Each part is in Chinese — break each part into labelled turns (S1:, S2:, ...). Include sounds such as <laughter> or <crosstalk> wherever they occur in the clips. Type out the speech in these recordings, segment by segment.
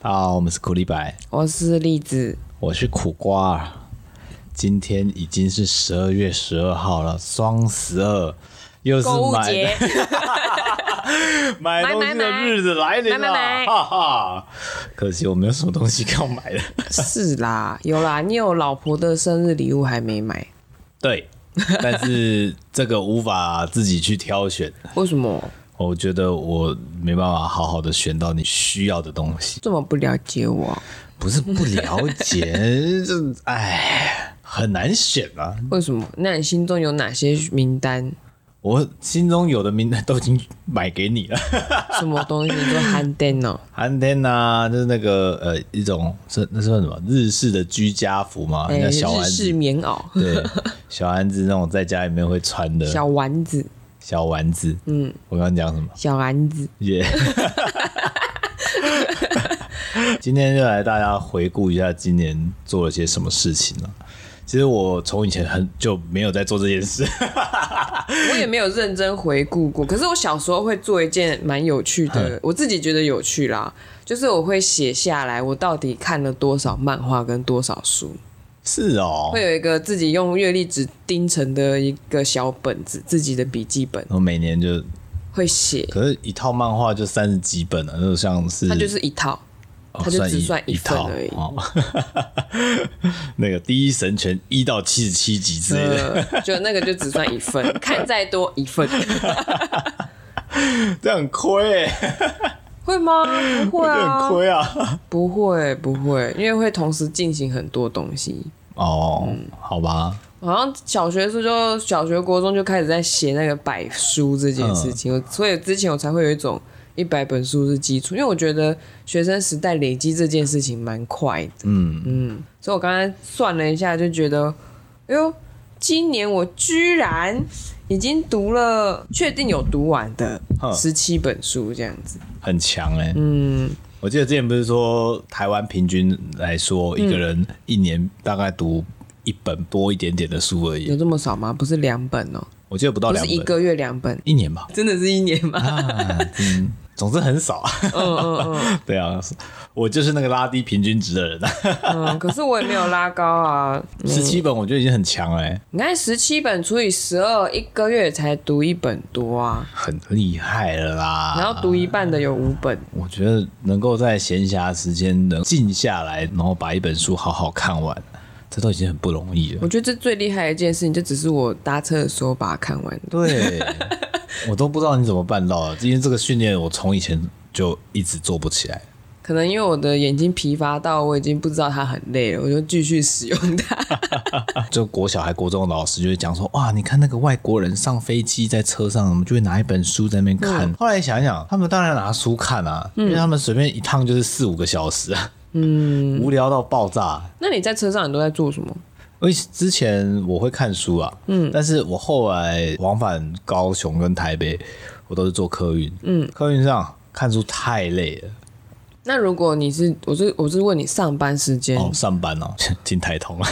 S1: 大家好，我们是苦力白，
S2: 我是栗子，
S1: 我是苦瓜儿。今天已经是十二月十二号了，双十二，又是
S2: 购物
S1: 买
S2: 节
S1: <laughs> 买东西的日子来临了，
S2: 买买买
S1: 哈哈！可惜我没有什么东西要买的。
S2: 是啦，有啦，你有老婆的生日礼物还没买，
S1: 对，但是这个无法自己去挑选，
S2: 为什么
S1: 我觉得我没办法好好的选到你需要的东西。
S2: 这么不了解我？
S1: 不是不了解， <laughs> 这哎很难选啊。
S2: 为什么？那你心中有哪些名单？
S1: 我心中有的名单都已经买给你了，
S2: 什么东西都含蛋哦？
S1: 寒天呐，就是那个呃一种是那算什么日式的居家服嘛，
S2: 哎
S1: 那小
S2: 日
S1: 丸
S2: 式
S1: 子
S2: 棉袄、
S1: 对小丸子那种在家里面会穿的
S2: 小丸子、
S1: 小丸子。嗯，我刚刚讲什么？
S2: 小丸子，
S1: 耶、 <laughs> 今天就来大家回顾一下今年做了些什么事情了、其实我从以前很就没有在做这件
S2: <laughs>
S1: 事，
S2: 我也没有认真回顾过。可是我小时候会做一件蛮有趣的，我自己觉得有趣啦，就是我会写下来我到底看了多少漫画跟多少书。
S1: 是哦
S2: 会，有一个自己用月历纸钉成的一个小本子，自己的笔记本
S1: 我每年就
S2: 会写，
S1: 可是，一套漫画就三十几本了，就像是
S2: 它就是一套，
S1: 哦
S2: 它就只
S1: 一
S2: 算一
S1: 一
S2: 份
S1: 套
S2: 而已
S1: 哦、 <laughs> 那个《第一神拳》一到七十七集之类的，
S2: 呃，就那个就只算一份，看再多一份，
S1: 这很亏、欸，
S2: 会吗？不会
S1: 这
S2: 啊
S1: 很，亏啊！
S2: 不会不会，因为会同时进行很多东西。
S1: 哦，好吧，
S2: 好像小学的时候就小学、国中就开始在写那个百书这件事
S1: 嗯
S2: 情，我所以之前我才会有一种一百本书是基础，因为我觉得学生时代累积这件事情蛮快的。
S1: 嗯
S2: 嗯，所以我刚才算了一下，就觉得，哎呦，今年我居然已经读了，确定有读完的
S1: 哼
S2: 十七本书这样子。
S1: 很强哎、
S2: 嗯，
S1: 我记得之前不是说台湾平均来说，
S2: 嗯
S1: 一个人一年大概读一本多一点点的书而
S2: 有
S1: 已，
S2: 这么少吗？不是两本哦、
S1: 我记得不到
S2: 嗯不
S1: 两
S2: 是
S1: 本，
S2: 一个月两本，
S1: 一年吧，
S2: 真的是一年吗？
S1: 啊，嗯，总之很少啊。
S2: 嗯嗯嗯
S1: <laughs> 对啊，我就是那个拉低平均值的人啊。
S2: 嗯，可是我也没有拉高啊。
S1: 十七本我觉得已经很强了欸，
S2: 你看十七本除以十二，一个月才读一本多啊，
S1: 很厉害了啦。
S2: 然后读一半的有五本。
S1: 我觉得能够在闲暇时间能静下来，然后把一本书好好看完，这都已经很不容易了
S2: 我。觉得这最厉害的一件事情，就只是我搭车的时候把它看完的。
S1: 对， <laughs> 我都不知道你怎么办到的，因为这个训练我从以前就一直做不起来。
S2: 可能因为我的眼睛疲乏到我已经不知道它很累了，我就继续使用它。 <laughs>
S1: 就国小还国中的老师就会讲说，哇，你看那个外国人上飞机在车上，我们就会拿一本书在那边看。后来想一想，他们当然拿书看啊，因为他们随便一趟就是四五个小时啊，嗯，无聊到爆炸。
S2: 那你在车上你都在做什么？
S1: 因为之前我会看书啊，嗯，但是我后来往返高雄跟台北，我都是坐客运，嗯，客运上看书太累了。
S2: 那如果你是我是我是问你上班时间、
S1: 哦，上班哦， <laughs> 听台通了，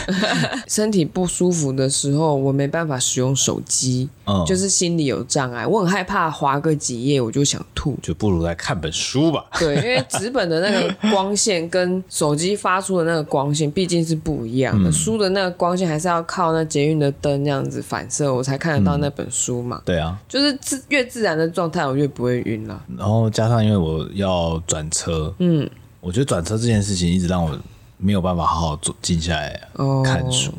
S2: 身体不舒服的时候，我没办法使用手机，
S1: 嗯，
S2: 就
S1: 就是。
S2: 心理有障碍，我很害怕划个几页我就想吐
S1: 就不如来看本书吧。
S2: 对，因为纸本的那个光线跟手机发出的那个光线毕竟是不一样的，书的那个光线还是要靠那捷运的灯这样子反射，我才看得到那本书嘛。
S1: 对啊，
S2: 就是自越自然的状态，我越不会晕了。
S1: 然后加上因为我要转车，嗯，我觉得转车这件事情一直让我没有办法好好坐静下来
S2: 哦
S1: 看书，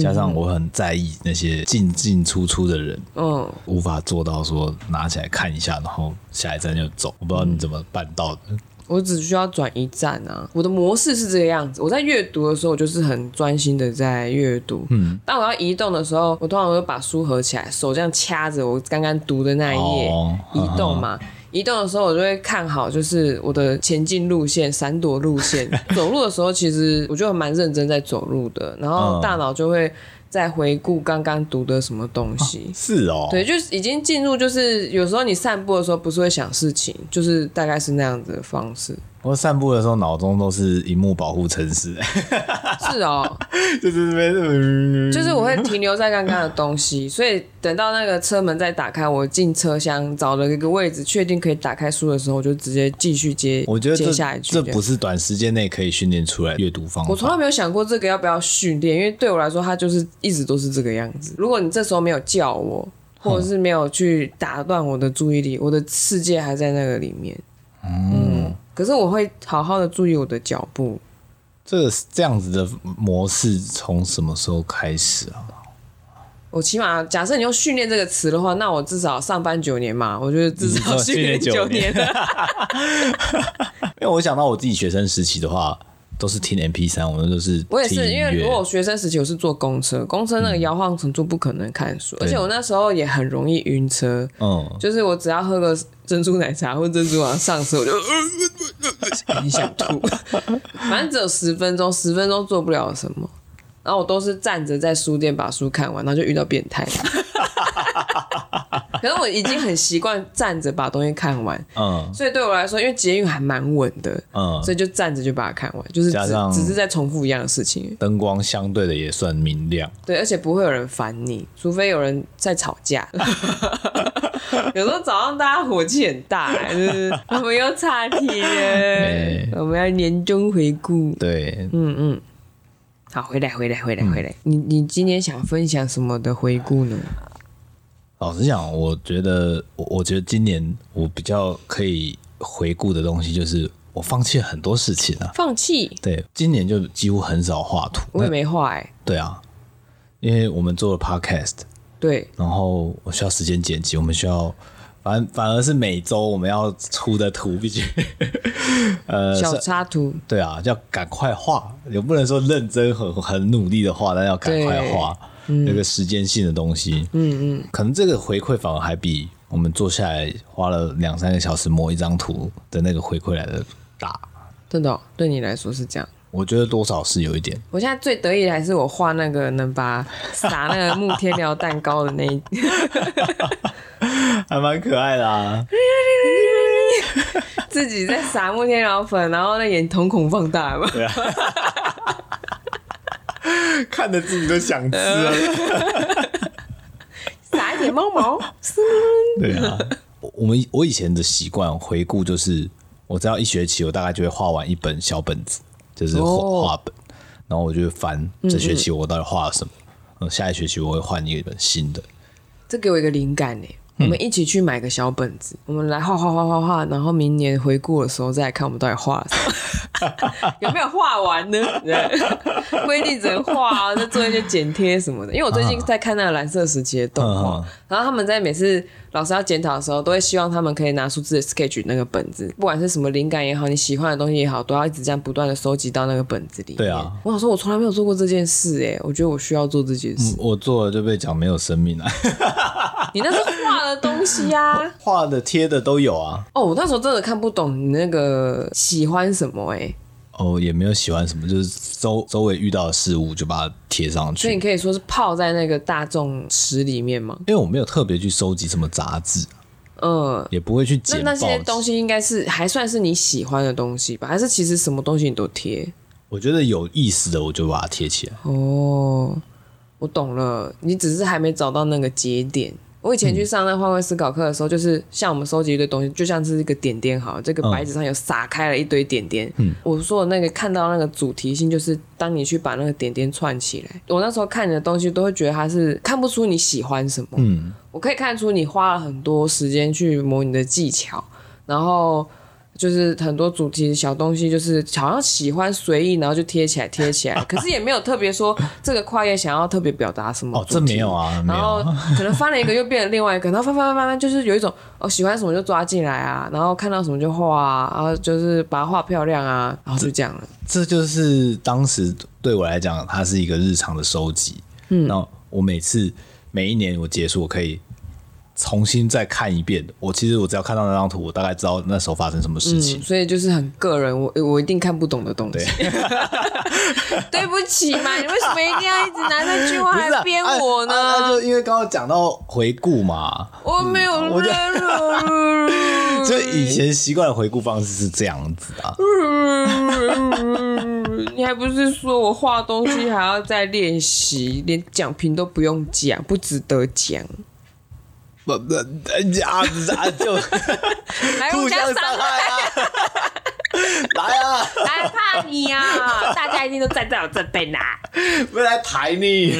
S1: 加上我很在意那些进进出出的人，
S2: 嗯，
S1: 无法做到说拿起来看一下，然后下一站就走。我不知道你怎么办到的。
S2: 我只需要转一站啊。我的模式是这个样子，我在阅读的时候，我就是很专心的在阅读。嗯，当我要移动的时候，我通常会把书合起来，手这样掐着我刚刚读的那一页、
S1: 哦
S2: 移动嘛。移动的时候，我就会看好，就是我的前进路线、闪躲
S1: <laughs>
S2: 路线。走路的时候，其实我就蛮认真在走路的，然
S1: 嗯
S2: 后大脑就会在回顾刚刚读的什么东西。
S1: 是哦，
S2: 对，就是已
S1: <laughs>
S2: 经进入，就是有时候你散步的时候，不是会想事情，就是大概是那样子的方式。
S1: 我散步的时候脑中都是荧幕保护城市， <laughs>
S2: 是哦，
S1: 就是那边嗯
S2: 就是我会停留在刚刚的东西，所以等到那个车门再打开，我进车厢找了一个位置，确定可以打开书的时候，我就直接继续接，
S1: 我觉得
S2: 接
S1: 这
S2: 下一句
S1: 这
S2: 样
S1: 不是短时间内可以训练出来阅读方法。
S2: 我从来没有想过这个要不要训练，因为对我来说，它就是一直都是这个样子。如果你这时候没有叫我，或者是没有去打断我的注意力，我的世界还在那个里面。嗯，可是我会好好的注意我的脚步。
S1: 这个这样子的模式从什么时候开始啊？
S2: 我起码假设你用“训练”这个词的话，那我至少上班九年嘛，我觉得至
S1: 你
S2: 少
S1: 说
S2: 训
S1: 训练
S2: 练九
S1: 九年因为我想到我自己学生时期的话，都是听 MP 三，我们都是
S2: 我也
S1: 听
S2: 是，
S1: 音
S2: 因为
S1: 乐
S2: 如果我学生时期我是坐公车，公车那个摇晃程度不可能看书，而且我那时候也很容易晕车。
S1: 嗯，
S2: 就是我只要喝个珍珠奶茶或珍珠往上车，我就
S1: <laughs>
S2: 很想吐。 <laughs> 反正只有十分钟，十分钟做不了什么。然后我都是站着在书店把书看完，然后就遇到变态。
S1: <laughs>
S2: 可是我已经很习惯站着把东西看完，
S1: 嗯
S2: 所以对我来说，因为捷运还蛮稳的，
S1: 嗯，
S2: 所以就站着就把它看完，就是
S1: 加
S2: 只
S1: 上
S2: 只是在重复一样的事情。
S1: 灯光相对的也算明亮。
S2: 对，而且不会有人烦你，除非有人在吵架。 <laughs> 有时候早上大家火气很大、欸就是我们又岔
S1: <laughs>
S2: 题
S1: 哎
S2: 了，我们要年终回顾。
S1: 对，
S2: 好，回来，回来，回来，
S1: 嗯
S2: 回来。你你今天想分享什么的回顾呢？
S1: 老实讲，我觉得我我觉得今年我比较可以回顾的东西，就是我放弃了很多事情啊。
S2: 放弃，
S1: 对，今年就几乎很少画图。
S2: 我也没画哎、
S1: 对啊，因为我们做了 podcast，
S2: 对，
S1: 然后我需要时间剪辑，我们需要，反反而是每周我们要出的图必须， <laughs> 呃，
S2: 小
S1: 是
S2: 插图，
S1: 对啊，要赶快画，也不能说认真很很努力的画，但要赶快画，那个时间性的东西，嗯嗯，可能这个回馈反而还比我们坐下来花了两三个小时磨一张图的那个回馈来的大，
S2: 真的哦、对你来说是这样。
S1: 我觉得多少是有一点，
S2: 我现在最得意的还是我画那个能把撒那个木天聊蛋糕的那一 <laughs>
S1: 还蛮可爱的啊，
S2: 自己在撒木天聊粉，然后那眼瞳孔放大嘛。
S1: 看得自己都想吃啊 <laughs> 了。
S2: <laughs> 撒一点猫毛，
S1: 对啊， <laughs> 我我们我以前的习惯回顾就是，我只要一学期，我大概就会画完一本小本子，就是画
S2: 哦嗯
S1: 画本，然后我就会翻这学期我到底画了什么，嗯，下一学期我会换一本新的。
S2: 这给我一个灵感呢。
S1: 嗯
S2: 我们一起去买个小本子，我们来画画画画画，然后明年回顾的时候再来看我们到底画了 <laughs> 什么，有没有画完 <laughs> 呢？对规定只能画啊，再做一些剪贴什么的。因为我最近在看那个蓝色时期的动画，
S1: 嗯嗯
S2: 然后他们在每次老师要检讨的时候，都会希望他们可以拿出自己的 sketch 那个本子，不管是什么灵感也好，你喜欢的东西也好，都要一直这样不断的收集到那个本子里面。
S1: 对啊，
S2: 我想说，我从来没有做过这件事，哎，我觉得我需要做这件事。
S1: 我做了就被讲没有生命啊， <laughs>
S2: 你那是画的东西呀、啊。
S1: 画的贴的都有啊，
S2: <laughs> 哦，我那时候真的看不懂你那个喜欢什么哎、
S1: 哦，也没有喜欢什么，就是周周围遇到的事物就把它贴上
S2: 所以
S1: 去
S2: 你。可以说是泡在那个大众池里面吗？
S1: 因为我没有特别去收集什么杂志，
S2: 嗯，
S1: 也不会去
S2: 那
S1: 剪
S2: 那
S1: 报
S2: 些
S1: 纸。
S2: 东西应该是还算是你喜欢的东西吧？还是其实什么东西你都贴？
S1: 我觉得有意思的，我就把它贴起来。
S2: 哦，我懂了，你只是还没找到那个节点。我以前去上那换位思考课的时候，就是像我们收集一堆东西，就像是一个点点好了，这个白纸上有撒开了一堆点点。嗯，我说的那个看到那个主题性，就是当你去把那个点点串起来。我那时候看你的东西，都会觉得它是看不出你喜欢什么。
S1: 嗯，
S2: 我可以看出你花了很多时间去磨你的技巧，然后就是很多主题小东西，就是好像喜欢随意，然后就贴起来贴起来，可是也没有特别说这个跨页想要特别表达什么
S1: 哦，这
S2: 主题
S1: 没有。啊，没
S2: 然
S1: 有
S2: 后
S1: 啊。
S2: 可能翻了一个又变成另外一个，然后翻翻翻翻翻，就是有一种哦喜欢什么就抓进来啊，然后看到什么就画啊，然后就是把它画漂亮啊，然后就这样了。
S1: 这就是当时对我来讲，它是一个日常的收集。嗯，那我每次每一年我结束，我可以重新再看一遍，我其实我只要看到那张图，我大概知道那时候发生什么事情。
S2: 所以就是很个人，我我一定看不懂的东西。对不起嘛，你为什么一定要一直拿这句话
S1: 不是啊
S2: 来编我呢？
S1: 啊啊就因为刚刚讲到回顾嘛，
S2: 我没有
S1: 我就
S2: 认识
S1: 就
S2: 嗯
S1: 以前习惯的回顾方式是这样子啊。
S2: 你还不是说我画东西还要再练习，连讲评都不用讲，不值得讲。
S1: 不不啊啊
S2: <laughs>
S1: 就
S2: 来，
S1: 互
S2: 我
S1: 相伤
S2: 讲伤害，
S1: 害啊！ <laughs> 来啊，
S2: 来怕你啊！大家一定都站在我这边啦、
S1: 不要来抬
S2: 嗯
S1: 你。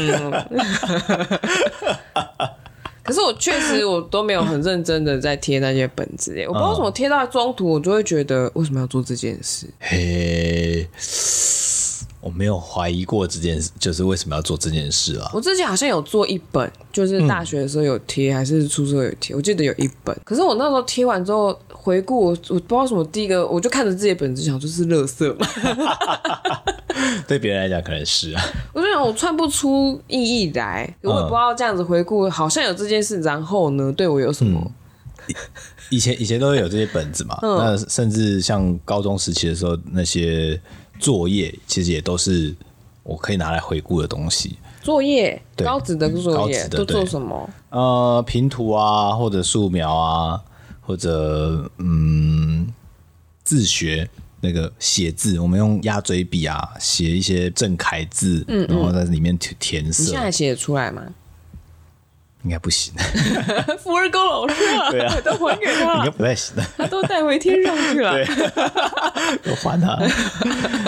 S2: 可是我确实我都没有很认真的在贴那些本子
S1: <laughs>
S2: 耶，我不知道为什么贴到中途，我就会觉得为什么要做这件事？
S1: 嗯嘿，我没有怀疑过这件事，就是为什么要做这件事
S2: <laughs>
S1: 啊？
S2: 我之前好像有做一本，就是大学的时候有贴，还是初中有贴，我记得有一本。可是我那时候贴完之后回顾，我我不知道为什么，第一个我就看着自己的本子想，就是垃圾嘛，
S1: 对别人来讲可能是啊，
S2: <laughs> 我就想我串不出意义来，我也不知道这样子回顾好像有这件事，然后呢对我有什么？
S1: 嗯以前以前都会有这些本子嘛，那甚至像高中时期的时候，那些作业其实也都是我可以拿来回顾的东西。
S2: 作业，
S1: 对嗯
S2: 高职的作
S1: 高
S2: 业
S1: 职的
S2: 都做
S1: 对
S2: 什么？
S1: 呃，拼图啊，或者素描啊，或者嗯，自学那个写字，我们用鸭嘴笔啊写一些正楷字，然后在里面填填
S2: 你现
S1: 色啊
S2: 在，还写得出来吗？
S1: 应该不
S2: <laughs>
S1: 行， <laughs> 啊
S2: 福尔沟老师啊，
S1: 对啊
S2: 都还给
S1: 应
S2: 他
S1: 该
S2: 了，
S1: 不太行的，
S2: 他都带回天上去
S1: <laughs>
S2: 了。
S1: 我还
S2: <laughs>
S1: 他。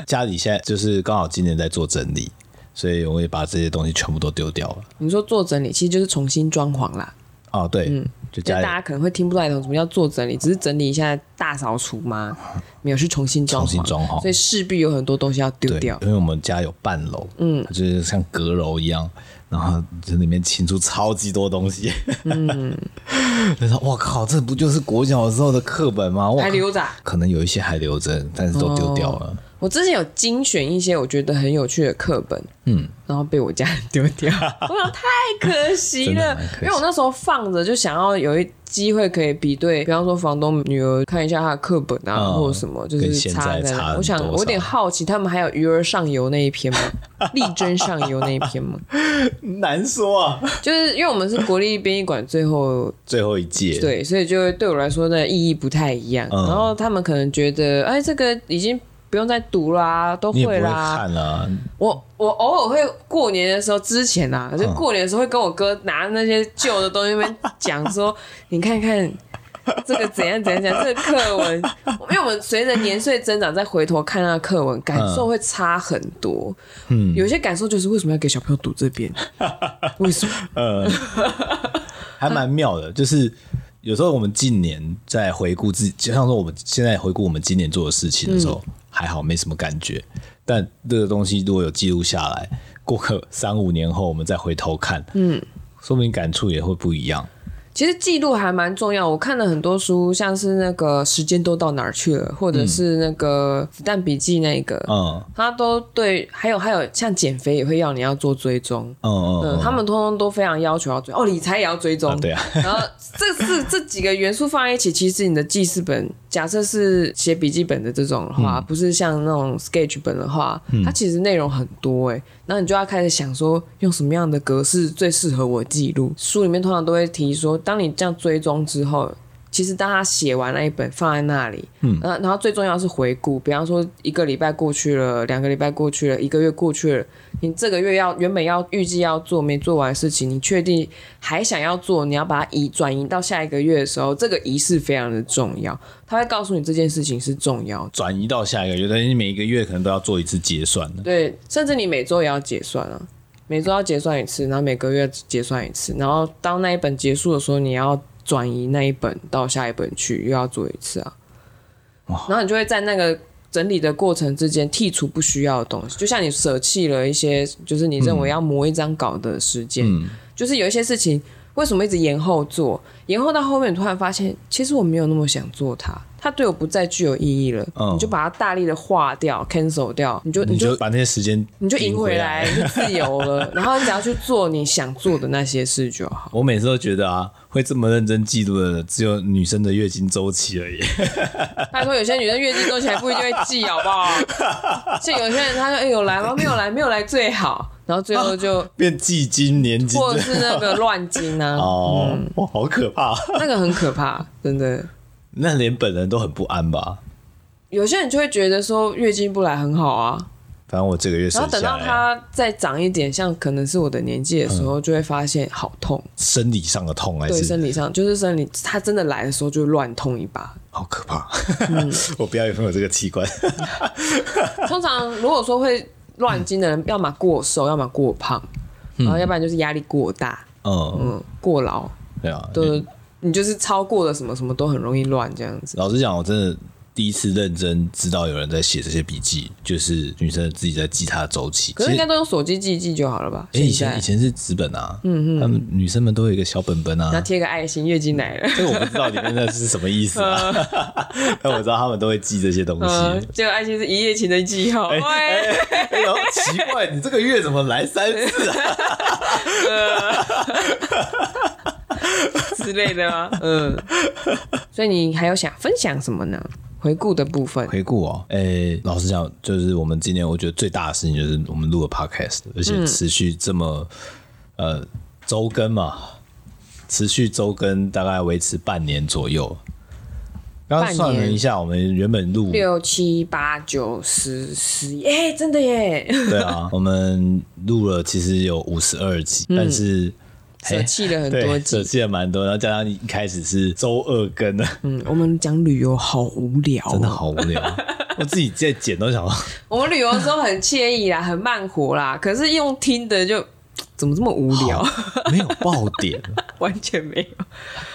S1: 家里现在就是刚好今年在做整理，所以我也把这些东西全部都丢掉了。
S2: 你说做整理，其实就是重新装潢啦。
S1: 哦，对，就
S2: 嗯就
S1: 家
S2: 大
S1: 里
S2: 家可能会听不太懂什么叫做整理，只是整理一下大扫除吗？没有，是重新装潢，
S1: 重新装潢
S2: 所以势必有很多东西要丢
S1: 对，
S2: 掉。
S1: 因为我们家有半楼，嗯，就是像阁楼一样，然后这里面清出超级多东西，嗯， <laughs> 就说我靠，这不就是国小的时候的课本吗？我
S2: 还留着啊。
S1: 可能有一些还留着，但是都丢掉了。
S2: 我之前有精选一些我觉得很有趣的课本，嗯，然后被我家人丢
S1: <laughs>
S2: 掉，我想太可惜
S1: 真的
S2: 了
S1: 蛮可，惜
S2: 因为我那时候放着就想要有一机会可以比对，比方说房东女儿看一下她的课本啊，
S1: 嗯
S2: 或者什么，就
S1: 跟
S2: 是
S1: 现在
S2: 差在
S1: 差
S2: 哪。
S1: 很
S2: 我想
S1: 多
S2: 我有点
S1: 少
S2: 好奇，他们还有鱼儿上游那一篇
S1: <laughs>
S2: 吗？力争上游那一篇吗？
S1: 难说
S2: 哦
S1: 啊，
S2: 就是因为我们是国立编译馆最后
S1: 最后一届，，
S2: 对，所以就会对我来说那意义不太一样。
S1: 嗯
S2: 然后他们可能觉得，哎，这个已经不用再读啦，都
S1: 你也不
S2: 会
S1: 会
S2: 啦。
S1: 看啊，
S2: 我我偶尔会过年的时候之前啊，
S1: 嗯
S2: 就过年的时候会跟我哥拿那些旧的东西们讲
S1: <laughs>
S2: 说，你看看。这个怎样怎样怎样，这个课
S1: <laughs>
S2: 文，因为我们随着年岁增长，再回头看那个课文，感受会差很多。
S1: 嗯
S2: 有一些感受就是为什么要给小朋友读这
S1: <laughs>
S2: 边？为什么？
S1: 呃，还
S2: 嗯
S1: 蛮妙的，就是。有时候我们近年在回顾自己，就像说我们现在回顾我们今年做的事情的时
S2: 嗯
S1: 候，还好没什么感觉。但这个东西如果有记录下来，过个三五年后我们再回头看，嗯，说不定感触也会不一样。
S2: 其实记录还蛮重要，我看了很多书，像是那个《时间都到哪儿去了》，或者是那个《子弹笔记》那个，
S1: 嗯
S2: 他都对，还有还有像减肥也会要你要做追踪，
S1: 嗯嗯
S2: 嗯，
S1: 嗯，
S2: 他们通通都非常要求要追，哦，理财也要追踪，
S1: 啊对啊， <laughs>
S2: 然后这是这几个元素放在一起，其实你的记事本，假设是写笔记本的这种的话，不是像那种 sketch 本的话，它其实内容很多哎、然后你就要开始想说，用什么样的格式最适合我记录？书里面通常都会提说，当你这样追踪之后。其实，当他写完那一本放在那里，嗯，然后然后最重要是回顾，比方说一个礼拜过去了，两个礼拜过去了，一个月过去了，你这个月要原本要预计要做没做完的事情，你确定还想要做，你要把它移转移到下一个月的时候，这个仪式非常的重要，他会告诉你这件事情是重要的。
S1: 转移到下一个月，但是每一个月可能都要做一次结算的。
S2: 对，甚至你每周也要结算啊，每周要结算一次，然后每个月结算一次，然后当那一本结束的时候，你要转移那一本到下一本去，又要做一次啊。然后你就会在那个整理的过程之间剔除不需要的东西，就像你
S1: 嗯
S2: 舍弃了一些，就是你认为要磨一张稿的时间，就是有一些事情。为什么一直延后做？延后到后面，你突然发现，其实我没有那么想做它，它对我不再具有意义了。
S1: 嗯
S2: 你就把它大力的划掉，cancel 掉，你就
S1: 你
S2: 你就
S1: 就把那些时间
S2: 你就赢回
S1: 回
S2: 来，你就自由了。然后你只要去做你想做的那些事就好。
S1: 我每次都觉得啊，会这么认真记录的只有女生的月经周期而已。 <laughs>
S2: 拜托，有些女生月经周期还不一定会记，好不好？像有些人，他说：“哎、有来吗？没有来，没有来最好。”然后最后就
S1: 变季经、年经，
S2: 或者是那个乱经啊，
S1: 哦，哇，好可怕！ <laughs>
S2: 那个很可怕，真的。
S1: 那连本人都很不安吧？
S2: 有些人就会觉得说月经不来很好啊，
S1: 反正我这个月
S2: 然
S1: 生
S2: 后等
S1: 下
S2: 到
S1: 来，
S2: 它再长一点，像可能是我的年纪的时候，就会发现好痛，
S1: 生理上的痛还
S2: 对
S1: 是
S2: 生理上就是生理，它真的来的时候就乱痛一把。
S1: 好可怕。
S2: 嗯
S1: <laughs> 我不要拥有这个器官。 <laughs>
S2: 通常如果说会乱经的人，要么过瘦，要么过胖，然后要不然就是压力过大，
S1: 嗯，
S2: 嗯，过劳，
S1: 对啊。
S2: 对，你就是超过了什么什么都很容易乱这样子。
S1: 老实讲，我真的第一次认真知道有人在写这些笔记，就是女生自己在记她的周期。
S2: 可是
S1: 其
S2: 应
S1: 实
S2: 该都用手机记一记就好了吧？
S1: 哎、以
S2: 现在
S1: 前以前是纸本啊，嗯嗯，他们女生们都有一个小本本啊，
S2: 然后贴个爱心，月经来
S1: <laughs>
S2: 了，
S1: 这个我不知道里面那是什么意思
S2: <laughs>
S1: 啊， <laughs> 但我知道他们都会记这些东西。
S2: 嗯，结果爱心是一夜情的记号，喂、
S1: 哎呦，奇怪，你这个月怎么来三次啊？
S2: 之类的吗？嗯，所以你还有想分享什么呢？回顾的部分，
S1: 回顾哦，哎、老实讲，就是我们今年我觉得最大的事情就是我们录了 podcast，而且持续这么、呃周更嘛，持续周更大概维持半年左右。刚刚算了一下，我们原本录
S2: 六七八九十十一，哎、真的耶，
S1: 对啊，我们录了其实有五十二集，但是
S2: 舍弃了很多
S1: 对，
S2: 集
S1: 舍。弃了蛮多，然后加上一开始是周二更的，
S2: 嗯，我们讲旅游好无聊、啊
S1: 真的。好无聊。 <laughs> 我自己在剪都想说，
S2: 我们旅游的时候很惬意啦， <laughs> 很慢活啦，可是用听的就怎么这么无聊，
S1: 好没有爆点，
S2: <laughs>
S1: 啊 <laughs>
S2: 完全没有。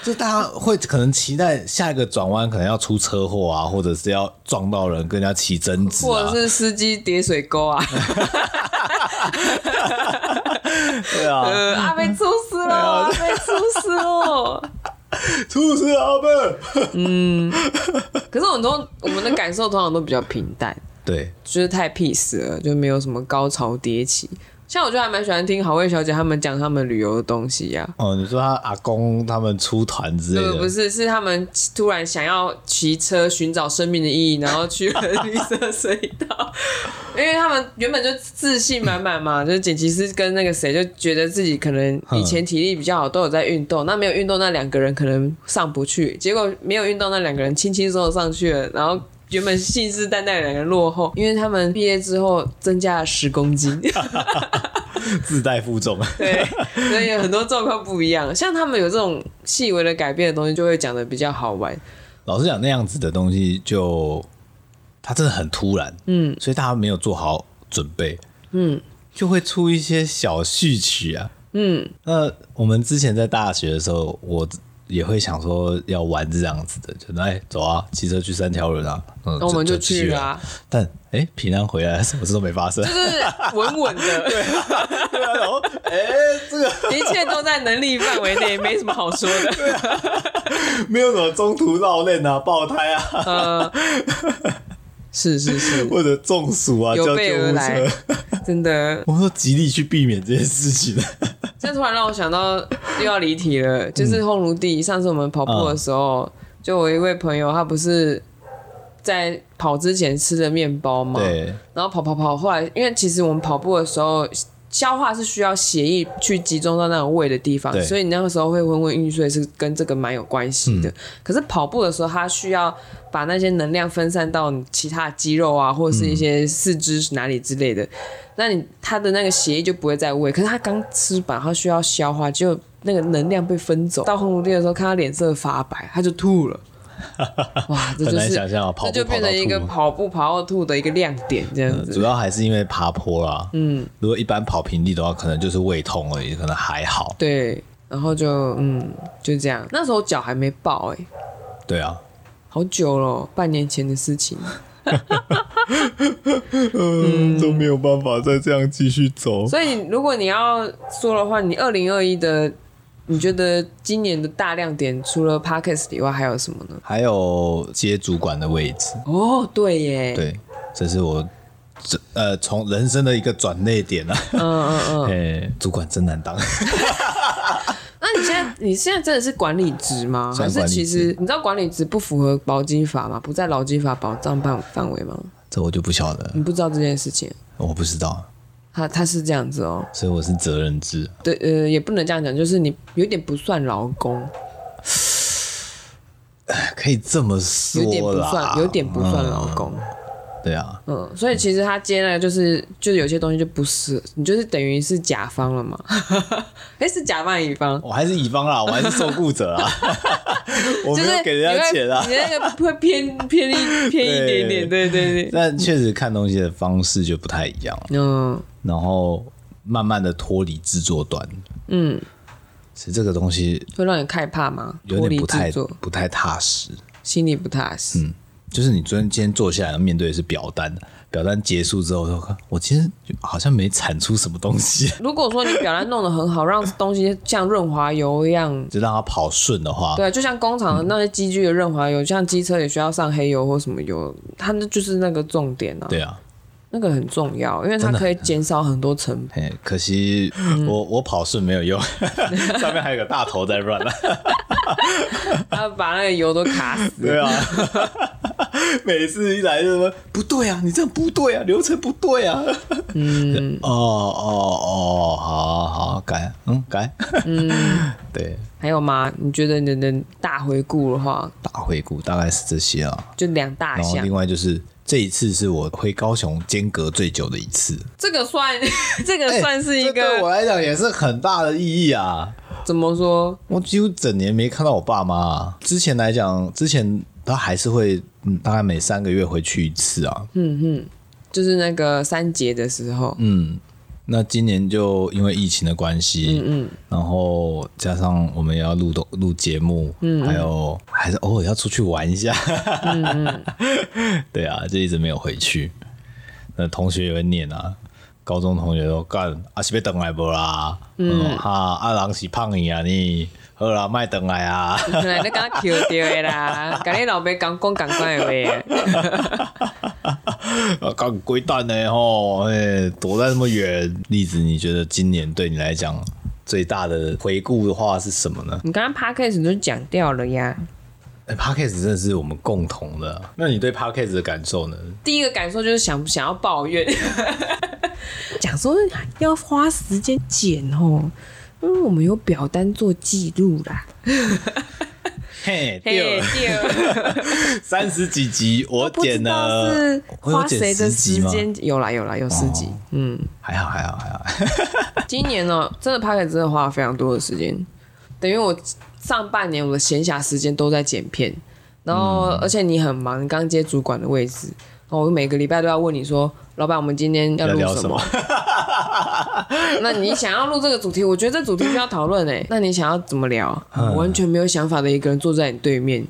S1: 就大家会可能期待下一个转弯可能要出车祸啊，或者是要撞到人跟人家起争执
S2: 或
S1: 啊
S2: 者，是司机叠水沟
S1: <laughs>
S2: 啊，
S1: 对啊，
S2: 呃，阿贝出
S1: <laughs>
S2: 事了，
S1: 哎
S2: 阿贝出事了。
S1: 出事啊，阿笨，
S2: 可是我们都我们的感受通常都比较平淡，
S1: 对，
S2: 就是太 peace 了，就没有什么高潮迭起。像我就还蛮喜欢听好味小姐他们讲他们旅游的东西啊呀、
S1: 哦，你说他阿公他们出团之类
S2: 对，呃不
S1: 的，
S2: 是，是他们突然想要骑车寻找生命的意义，然后去了绿色隧道，因为他们原本就自信满满嘛，就是剪辑师跟那个谁就觉得自己可能以前体力比较好，都有在运动，那没有运动那两个人可能上不去，结果没有运动那两个人轻轻松松上去了，然后。原本信誓旦旦两个人落后，因为他们毕业之后增加了十公斤， <laughs>
S1: 自带负重，
S2: 对，所以有很多状况不一样。像他们有这种细微的改变的东西，就会讲的比较好玩。
S1: 老实讲，那样子的东西就它真的很突然，嗯，所以大家没有做好准备，嗯，就会出一些小序曲啊，嗯。那我们之前在大学的时候，我也会想说要玩这样子的，就来走啊，骑车去三条轮啊，嗯，
S2: 那我们就去
S1: 了
S2: 了、。啊，
S1: 但哎、平安回来，什 <laughs> 么事都没发生。
S2: <laughs> 就是稳稳
S1: <laughs>
S2: 的，
S1: 对啊，然后哎、这个
S2: <laughs> 一切都在能力范围内，没什么好说
S1: <laughs>
S2: 的。
S1: 没有什么中途绕链啊、爆胎
S2: <laughs>
S1: 啊，
S2: 呃，是是是，
S1: 或者中暑啊，
S2: 有
S1: 叫
S2: 备
S1: 救
S2: 而
S1: 护
S2: 来
S1: 车。，
S2: 真的。
S1: 我们都极力去避免这件事 <laughs> 情。
S2: 这突然让我想到又要离题了，
S1: 嗯
S2: 就是烘炉地。上次我们跑步的时候，就我一位朋友，他不是在跑之前吃的面包嘛，
S1: 对，
S2: 然后跑跑跑，后来因为其实我们跑步的时候。消化是需要血液去集中到那种胃的地方
S1: 对，
S2: 所以你那个时候会昏昏欲睡是跟这个蛮有关系的。
S1: 嗯
S2: 可是跑步的时候，它需要把那些能量分散到你其他的肌肉啊，或
S1: 嗯
S2: 者是一些四肢哪里之类的。那你它的那个血液就不会在胃，可是它刚吃饱，它需要消化，就那个能量被分走。到红炉地的时候，看他脸色发白，他就
S1: <laughs>
S2: 吐了。哇，这就
S1: 很难
S2: 是
S1: 想象啊跑
S2: 这
S1: 步
S2: 就变
S1: 跑到
S2: 成一个
S1: 吐
S2: 跑步跑到吐的一个亮点，这样
S1: 嗯
S2: 子。
S1: 主要还是因为爬坡啦。嗯，如果一般跑平地的话，可能就是胃痛而已，可能还好。
S2: 对，然后就嗯，就这样。那时候脚还没爆哎、
S1: 对啊，
S2: 好久了，半年前的事情。
S1: 嗯，都没有办法再这样继续走。
S2: 所以如果你要说的话，你二零二一的你觉得今年的大亮点除了 podcast 以外还有什么呢？
S1: 还有接主管的位置，
S2: 哦，对耶，
S1: 对，这是我这呃从人生的一个转捩点啊。
S2: 嗯嗯
S1: <laughs>
S2: 嗯。
S1: 哎，主管真难当。 <laughs>
S2: 那你现在你现在真的是管理职吗？
S1: 算
S2: 还是
S1: 管理
S2: 其实
S1: 职
S2: 你知道管理职不符合劳基法吗？不在劳基法保障范范围吗？
S1: 这我就不晓得，
S2: 你不知道这件事情，
S1: 我不知道，
S2: 他他是这样子哦。
S1: 所以我是责任制。
S2: 对，呃，也不能这样讲，就是你有点不算劳工，
S1: 可以这么
S2: 有点
S1: 说
S2: 不
S1: 啦，嗯
S2: 算，有点不算劳工。
S1: 对啊，
S2: 嗯所以其实他接那个就是就是有些东西就不是，你就是等于是甲方了嘛。哎、是甲方还是乙方？
S1: 我还是乙方啦，我还是受雇者
S2: <laughs>
S1: 啊， <laughs> 我
S2: 就
S1: 没
S2: 是
S1: 有给人家钱啊
S2: 你。会你那个会偏偏一偏一点点，对对对，
S1: 但确实看东西的方式就不太一样，
S2: 嗯
S1: 然后慢慢的脱离制作端，
S2: 嗯，
S1: 其实这个东西
S2: 会让你害怕吗？
S1: 有
S2: 脱离
S1: 点不
S2: 制
S1: 太嗯
S2: 作，
S1: 不太踏实。
S2: 心里不踏实。
S1: 就是你昨天今天坐下来面对的是表单，表单结束之后说，我今天就好像没产出什么东西，
S2: 如果说你表达弄得很好，让东西像润滑油一样
S1: 就让它跑顺的话，
S2: 对，就像
S1: 嗯
S2: 工厂的那些机具的润滑油，像机车也需要上黑油或什么油，它那就是那个重点啊，
S1: 对啊，
S2: 那个很重要，因为它
S1: 真的
S2: 可以减少很多成
S1: <laughs>
S2: 本。
S1: 嘿，可惜
S2: 嗯
S1: 我我跑顺没有用， <laughs> 上面还有个大头在乱了。
S2: 它把那个油都卡死。
S1: 对啊， <laughs> 每次一来就说不对啊，你这样不对啊，流程不对啊。嗯， <laughs> 哦哦哦，好好改，嗯改，嗯， <laughs> 对，
S2: 还有吗？你觉得你的大回顾的话，
S1: 大回顾大概是这些啊。
S2: 就两大
S1: 然后
S2: 项
S1: 另，外就是这一次是我回高雄间隔最久的一次，
S2: <laughs> 这个算 <laughs> 这个
S1: 哎
S2: 算是一
S1: 这对我
S2: 个
S1: 来讲也是很大的意义啊。
S2: 怎么说？
S1: 我几乎整年没看到我爸妈、啊。之前来讲，之前他还是会，嗯，大概每三个月回去一次啊。
S2: 就是那个三节的时候， <laughs>
S1: 嗯，那今年就因为疫情的关系，嗯然后加上我们也要录的录节目，嗯还有还是偶尔要出去玩一下， <laughs> 对啊，就一直没有回去。那同学也会念啊，高中同学都干啊，是被等来不啦？嗯，哈、啊，阿郎是胖你啊你，好啦，卖等来啊， <laughs>
S2: 可能你刚刚 Q 掉的啦，跟你老爸讲讲讲讲的话，
S1: 啊，干龟蛋呢吼，哎、躲在那么远。栗子，你觉得今年对你来讲最大的回顾的话是什么呢？
S2: 你刚刚 podcast 就讲掉了呀。
S1: 哎、p o d c a s t 真的是我们共同的啊。那你对 Podcast 的感受呢？
S2: 第一个感受就是想想要抱怨， <laughs> 讲说要花时间剪哦，因为我们有表单做记录啦。
S1: 嘿，
S2: 嘿
S1: 对，
S2: 对，
S1: 三十几集我
S2: <laughs> 不知
S1: 剪
S2: 道
S1: 了，
S2: 是
S1: 我有
S2: 花
S1: 剪
S2: 谁的
S1: 十集
S2: 时
S1: 吗？哦
S2: 间？有啦有啦，有十集。嗯，
S1: 还好还好还好，
S2: 今年呢、真的拍给真的花了非常多的时间，等于我上半年我的闲暇时间都在剪片，然后、
S1: 嗯
S2: 而且你很忙，你刚接主管的位置，然后我每个礼拜都要问你说，老板，我们今天要
S1: 要
S2: 录
S1: 聊
S2: 什
S1: 什
S2: 么
S1: 么？？
S2: <laughs> 那你想要录这个主题，我觉得这主题需要讨论诶。那你想要怎么聊？
S1: 嗯
S2: 我完全没有想法的一个人坐在你对面，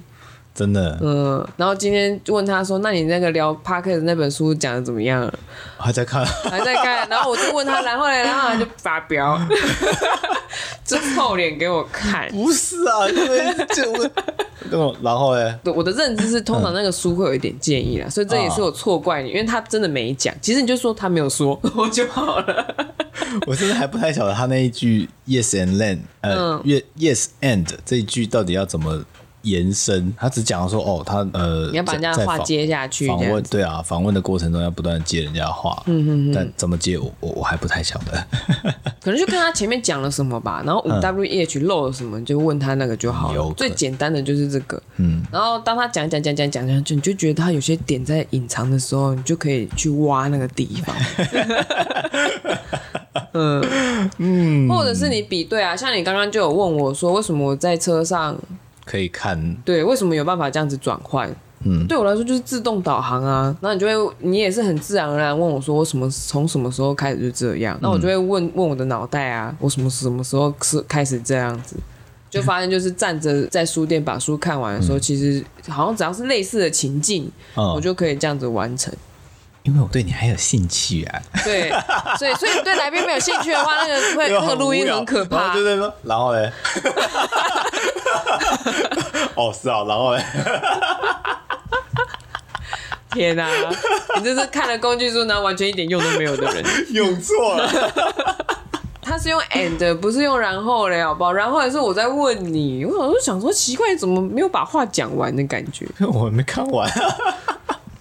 S1: 真的，
S2: 嗯，然后今天就问他说：“那你那个聊 p a r k e 的那本书讲的怎么样 <laughs> 了
S1: 还在看，？”
S2: 还在看，然后我就问他，然后嘞，然后他就发 <laughs> 飙，就臭脸给我看。
S1: 不是啊，因为就 <laughs> 我，嗯然后呢？
S2: 对我的认知是，通常那个书会有一点建议啦，所以这也是我错怪你，因为他真的没讲。其实你就说他没有说， <laughs> 我就好了。
S1: 我真的还不太晓得他那一句 yes and then，呃、y
S2: 嗯
S1: e s and 这一句到底要怎么延伸？他只讲说哦，他呃，
S2: 你要把人家
S1: 在
S2: 的话接下去，
S1: 访
S2: 这
S1: 访
S2: 样
S1: 问，对啊，访问的过程中要不断地接人家的话，嗯嗯，但怎么接我我我还不太晓得。
S2: 可能就看他前面讲了什么吧，然后五 W E H 漏了什么，你就问他那个就好
S1: 嗯有可
S2: 了。
S1: 能
S2: 最简单的就是这个，
S1: 嗯，
S2: 然后当他讲讲讲讲讲讲，就你就觉得他有些点在隐藏的时候，你就可以去挖那个
S1: <laughs>
S2: 地方。嗯嗯，或者是你比对啊，像你刚刚就有问我说，为什么我在车上
S1: 可以看，
S2: 对，为什么有办法这样子转换？
S1: 嗯
S2: 对我来说就是自动导航啊，然后你就会，你也是很自然而然问我说，我什么从什么时候开始就这
S1: 嗯
S2: 样？那我就会问问我的脑袋啊，我什么什么时候是开始这样子？就发现就是站着在书店把书看完的时候，其实好像只要是类似的情境，
S1: 嗯，
S2: 我就可以这样子完成。 <laughs>
S1: 因为我对你还有兴趣啊，
S2: 对，所以所以对来宾没有兴趣的话，那个会那个录音很可怕。
S1: 对对对，然后嘞， <laughs> 哦是啊，然后嘞，
S2: 天哪、你这是看了工具书，然后完全一点用都没有的人。
S1: 用错了，
S2: 他是用 and，不 <laughs> 是用然后嘞，好不好？然后也是我在问你，我我就想说奇怪，怎么没有把话讲完的感觉？
S1: <laughs> 我还没看完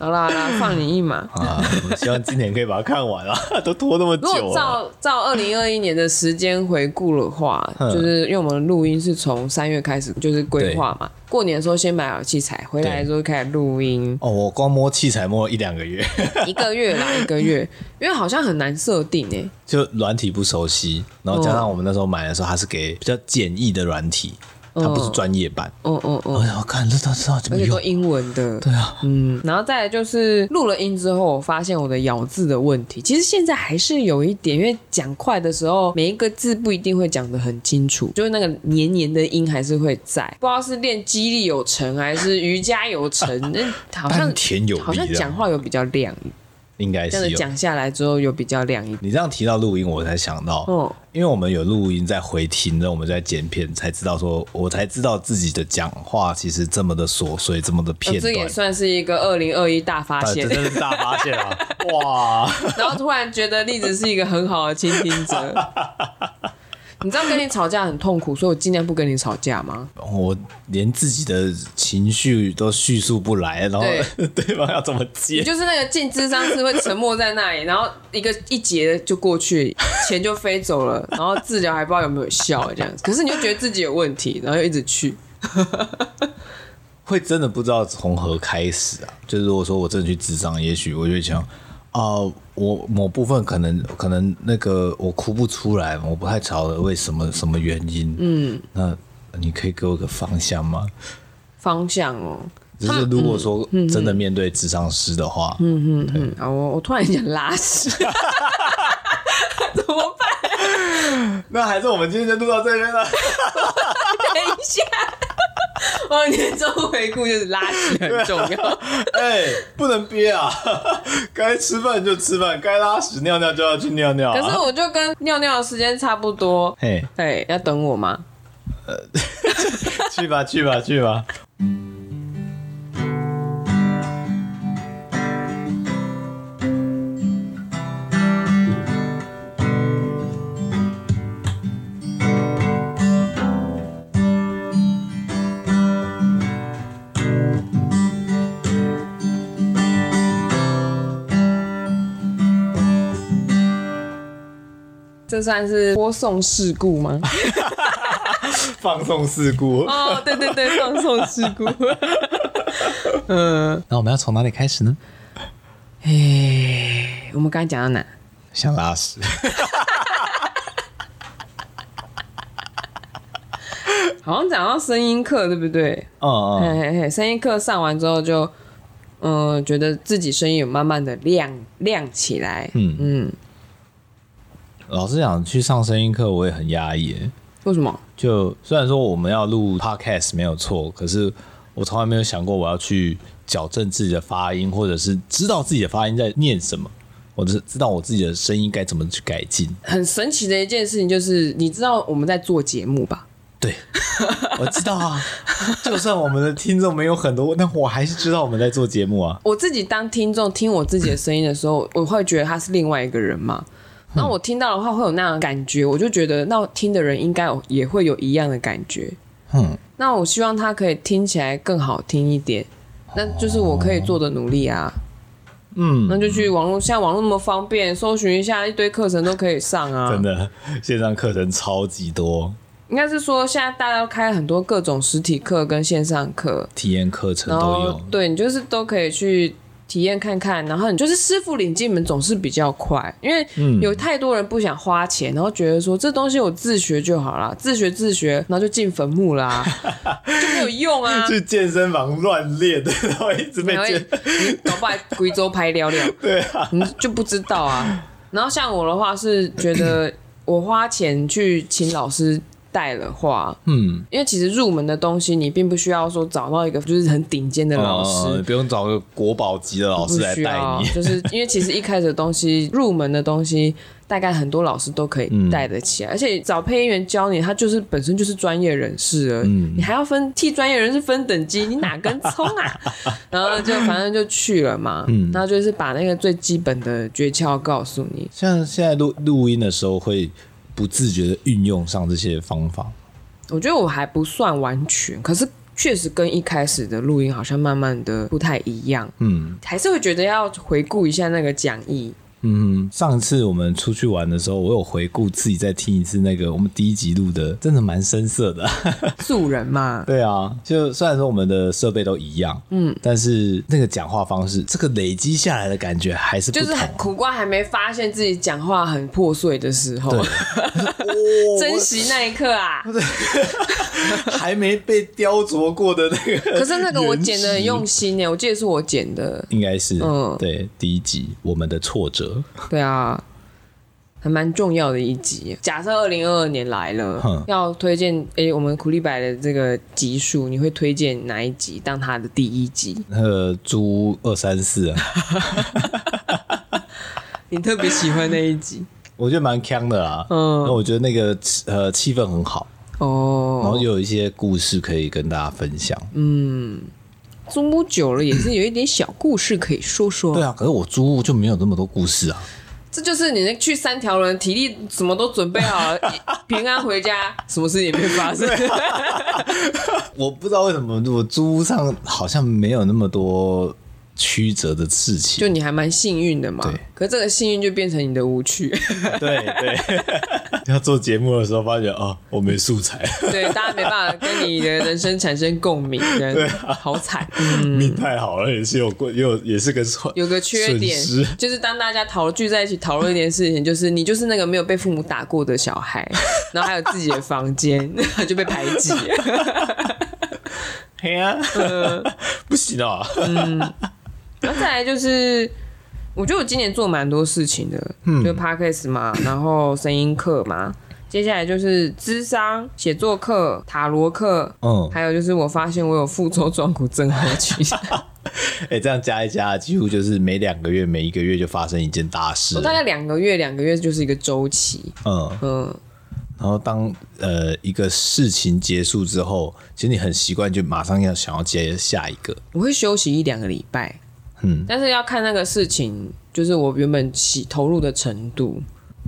S2: 好啦好啦，放你一马。
S1: <laughs> 啊，我希望今年可以把它看完啊， <laughs> 都拖那么
S2: 如
S1: 久了。
S2: 果照照二零二一年的时间回顾的话，
S1: 嗯，
S2: 就是因为我们录音是从三月开始，就是规划嘛。过年的时候先买好器材，回来的时候开始录音
S1: 哦，我光摸器材摸了一两个 <laughs> 月，
S2: 一个月啦，一个月，因为好像很难设定哎、
S1: 就软体不熟悉，然后加上我们那时候买的时候，它是给比较简易的软体，它不是专业版。
S2: 嗯嗯嗯，
S1: 哎呀，我看这到知道怎
S2: 而
S1: 么
S2: 且都
S1: 用，
S2: 英文的，
S1: 对啊，
S2: 嗯，然后再来就是录了音之后，我发现我的咬字的问题，其实现在还是有一点，因为讲快的时候，每一个字不一定会讲得很清楚，就是那个黏黏的音还是会在，不知道是练肌力有成还是瑜伽有
S1: <laughs>
S2: 成，那好像
S1: 丹田有力啊
S2: 好像
S1: 这样
S2: 讲话有比较亮，
S1: 应该
S2: 这样
S1: 是
S2: 子
S1: 有。
S2: 讲下来之后有比较亮一点。
S1: 你这样提到录音，我才想到，
S2: 哦
S1: 因为我们有录音在回听，然后我们在剪片，才知道说，我才知道自己的讲话其实这么的琐碎，这么的
S2: 呃
S1: 片
S2: 这
S1: 段。
S2: 也算是一个二零二一大发
S1: 啊，
S2: 现
S1: 这，真的是大发现啊！哇，
S2: <laughs> 然后突然觉得栗子是一个很好的倾听
S1: <laughs>
S2: 者。你知道跟你吵架很痛苦，所以我尽量不跟你吵架吗？
S1: 我连自己的情绪都叙述不来，然后 <laughs> 对方要怎么接？
S2: 就是那个进智商是会沉默在那里，然后一个一节就过去，钱就飞走了，然后治疗还不知道有没有效欸这样子。可是你就觉得自己有问题，然后又一直去，
S1: 会真的不知道从何开始啊！就是如果说我真的去智商，也许我就会想，啊、我某部分可能可能那个我哭不出来，我不太晓得为什么什么原因。嗯，那你可以给我个方向吗？
S2: 方向哦。
S1: 就是如果说真的面对智商师的话，嗯，
S2: 嗯，啊，我我突然想拉屎， <laughs> 怎么办？
S1: 那还是我们今天就录到这边了。
S2: 等一下，我年终回顾就是拉屎很重要。
S1: 哎、不能憋啊！ <laughs> 该吃饭就吃饭，该拉屎尿尿就要去尿尿、啊。
S2: 可是我就跟尿尿的时间差不多，
S1: 嘿，
S2: 哎，要等我吗？
S1: 去吧，去吧，去吧。
S2: 这算是播送事故吗？
S1: 放送事故。
S2: 哦，对对对，放送事故。嗯，
S1: 那我们要从哪里开始呢？
S2: 哎，我们刚才讲到哪？
S1: 想拉屎。
S2: 好像讲到声音课，对不对？
S1: <laughs> 嗯
S2: 嘿
S1: 嗯，
S2: 嘿嘿，声音课上完之后就，嗯、觉得自己声音有慢慢的亮亮起来。
S1: 嗯
S2: 嗯嗯，
S1: 老实讲，去上声音课我也很压抑耶。
S2: 为什么？
S1: 就虽然说我们要录 podcast 没有错，可是我从来没有想过我要去矫正自己的发音，或者是知道自己的发音在念什么。我只知道我自己的声音该怎么去改进。
S2: 很神奇的一件事情就是，你知道我们在做节目吧？
S1: 对， <laughs> 我知道啊。就算我们的听众没有很多，但我还是知道我们在做节目啊。
S2: 我自己当听众听我自己的声音的
S1: <laughs>
S2: 时候，我会觉得他是另外一个人嘛。
S1: 嗯
S2: 那我听到的话会有那样的感觉，我就觉得那听的人应该有也会有一样的感觉。
S1: 嗯，
S2: 那我希望它可以听起来更好听一点，那就是我可以做的努力啊。
S1: 哦嗯，
S2: 那就去网络，现在网络那么方便，搜寻一下，一堆课程都可以上啊。
S1: 真，的，线上课程超级多，
S2: 应该是说现在大家都开很多各种实体课跟线上课，
S1: 体验课程
S2: 然
S1: 都
S2: 后
S1: 有。
S2: 对你就是都可以去体验看看，然后你就是师傅领进门总是比较快，因为
S1: 嗯
S2: 有太多人不想花钱，然后觉得说这东西我自学就好啦，自学自学，然后就进坟墓啦、
S1: <laughs>
S2: 就没有用啊。
S1: 去健身房乱练， <laughs> 然后一直被
S2: 然后
S1: 健，
S2: 你搞不好还贵州拍聊聊，
S1: <laughs> 对啊，
S2: 你就不知道啊。然后像我的话是觉得，我花钱去请老师带的话，
S1: 嗯，
S2: 因为其实入门的东西你并不需要说找到一个就是很顶尖的老师，
S1: 呃不用找个国宝级的老
S2: 不
S1: 师来
S2: 需
S1: 带
S2: 要，
S1: <laughs> 你。
S2: 就是因为其实一开始的东西， <laughs> 入门的东西，大概很多老师都可
S1: 嗯
S2: 以带得起来，而且找配音员教你，他就是本身就是专业人士而已，
S1: 嗯
S2: 你还要分替专业人士分等级，你哪根葱啊？然后就反正就去了嘛，
S1: 嗯
S2: 然后就是把那个最基本的诀窍告诉你。
S1: 像现在录录音的时候，会不自觉的运用上这些方法。
S2: 我觉得我还不算完全，可是确实跟一开始的录音好像慢慢的不太一样，
S1: 嗯
S2: 还是会觉得要回顾一下那个讲义。
S1: 嗯，上次我们出去玩的时候，我有回顾自己再听一次那个我们第一集录的，真的蛮深色的。
S2: 素人嘛，
S1: 对啊，就虽然说我们的设备都一样，嗯，但是那个讲话方式，这个累积下来的感觉还是不
S2: 就
S1: 同。
S2: 是苦瓜还没发现自己讲话很破碎的时候，珍惜那一刻啊！
S1: 还没被雕琢过的那个
S2: 可是那个我剪的很用
S1: 原始，
S2: 心欸呢，我记得是我剪的，
S1: 应该是
S2: 嗯
S1: 对第一集我们的挫折，
S2: 对啊，还蛮重要的一集。假设二零二二年来了
S1: 哼，
S2: 要推荐诶、我们苦力白的这个集数，你会推荐哪一集当它的第一集？
S1: 那个猪呃二三四
S2: <laughs>
S1: 啊，
S2: 你特别喜欢那一集
S1: 我觉得蛮强的啦。
S2: 嗯
S1: 那我觉得那个呃气氛很好，然后
S2: <laughs> 哦？
S1: 又有一些故事可以跟大家分享。
S2: 嗯租屋久了也是有一点小故事可以说说。
S1: 对啊，可是我租屋就没有那么多故事啊。
S2: 这就是你那去三条人，体力什么都准备
S1: <laughs>
S2: 好了，一平安回家，什么事也没发生。
S1: 啊我不知道为什么我租屋上好像没有那么多曲折的事情。
S2: 就你还蛮幸运的嘛
S1: 对。
S2: 可这个幸运就变成你的
S1: <laughs>
S2: 无趣。
S1: 对
S2: <laughs>
S1: 对，要做节目的时候发觉哦，我没素材，
S2: 对，大家没办法跟你的人生产生共鸣，这样
S1: 啊
S2: 好惨。嗯，
S1: 命太好了，也是有过，也有也是个错，
S2: 有个缺点
S1: 损失
S2: 就是当大家讨聚在一起讨论一件事情，就是你就是那个没有被父母打过的小孩，然后还有自己的房间， <laughs> 就被排挤。
S1: 嘿啊，
S2: 嗯
S1: <laughs> 不行啊，
S2: 然后再来就是，我觉得我今年做蛮多事情的，就 podcast 嘛，然后声音课嘛，接下来就是智商、写作课、塔罗课，
S1: 嗯，
S2: 还有就是我发现我有腹周状骨症候群，
S1: <laughs> 哎、这样加一加，几乎就是每两个月、每一个月就发生一件大事
S2: 我，大概两个月，两个月就是一个周期，
S1: 嗯，
S2: 嗯，
S1: 然后当呃一个事情结束之后，其实你很习惯就马上要想要接下一个，
S2: 我会休息一两个礼拜，
S1: 嗯，
S2: 但是要看那个事情，就是我原本起投入的程度。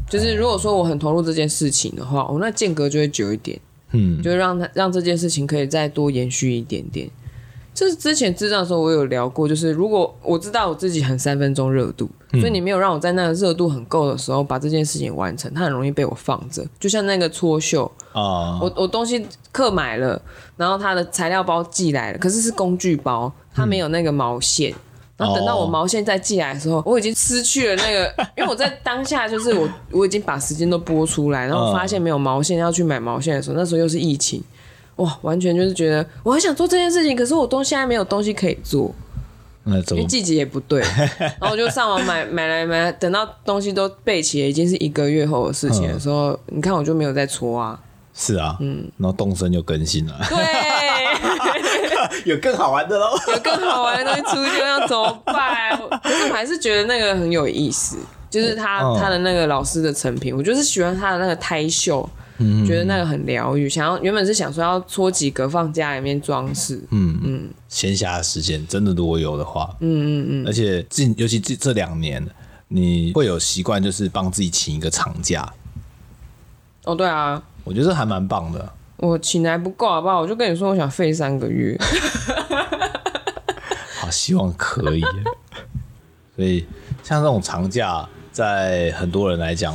S2: 就是如果说我很投入这件事情的话，我、哦那间隔就会久一点。
S1: 嗯，
S2: 就让他让这件事情可以再多延续一点点。就是之前智障的时候，我有聊过，就是如果我知道我自己很三分钟热度，
S1: 嗯
S2: 所以你没有让我在那个热度很够的时候把这件事情完成，它很容易被我放着。就像那个搓绣，
S1: 啊、
S2: 我我东西课买了，然后它的材料包寄来了，可是是工具包，它没有那个毛线。然后等到我
S1: 嗯哦
S2: 毛线再寄来的时候，我已经失去了那个，因为我在当下就是我我已经把时间都拨出来，然后
S1: 嗯
S2: 发现没有毛线要去买毛线的时候，那时候又是疫情，哇，完全就是觉得我很想做这件事情，可是我东现在没有东西可以做，
S1: 那怎
S2: 因为
S1: 么
S2: 季节也不对，
S1: 嗯
S2: <laughs> 然后我就上网买买来买来，等到东西都备齐了，已经是一个月后的事情的时候，你看我就没有再搓啊，
S1: 是啊，嗯，然后动身就更新了， <laughs>
S2: 对。 <laughs>
S1: 有更好玩的喽。
S2: 有更好玩的东西出去，要怎么办？可是我还是觉得那个很有意思，就是他、
S1: 嗯
S2: 他的那个老师的成品，我就是喜欢他的那个胎绣，觉得那个很疗愈。想要原本是想说要搓几个放家里面装饰，
S1: <laughs> 闲暇的时间真的如果有的话，嗯嗯嗯，而且近尤其这这两年，你会有习惯就是帮自己请一个长假，
S2: 哦对啊，
S1: 我觉得这还蛮棒的。
S2: 我请来不够啊好不好？我就跟你说我想废三个月，
S1: 好，啊希望可以。 <laughs> 所以像这种长假，在很多人来讲，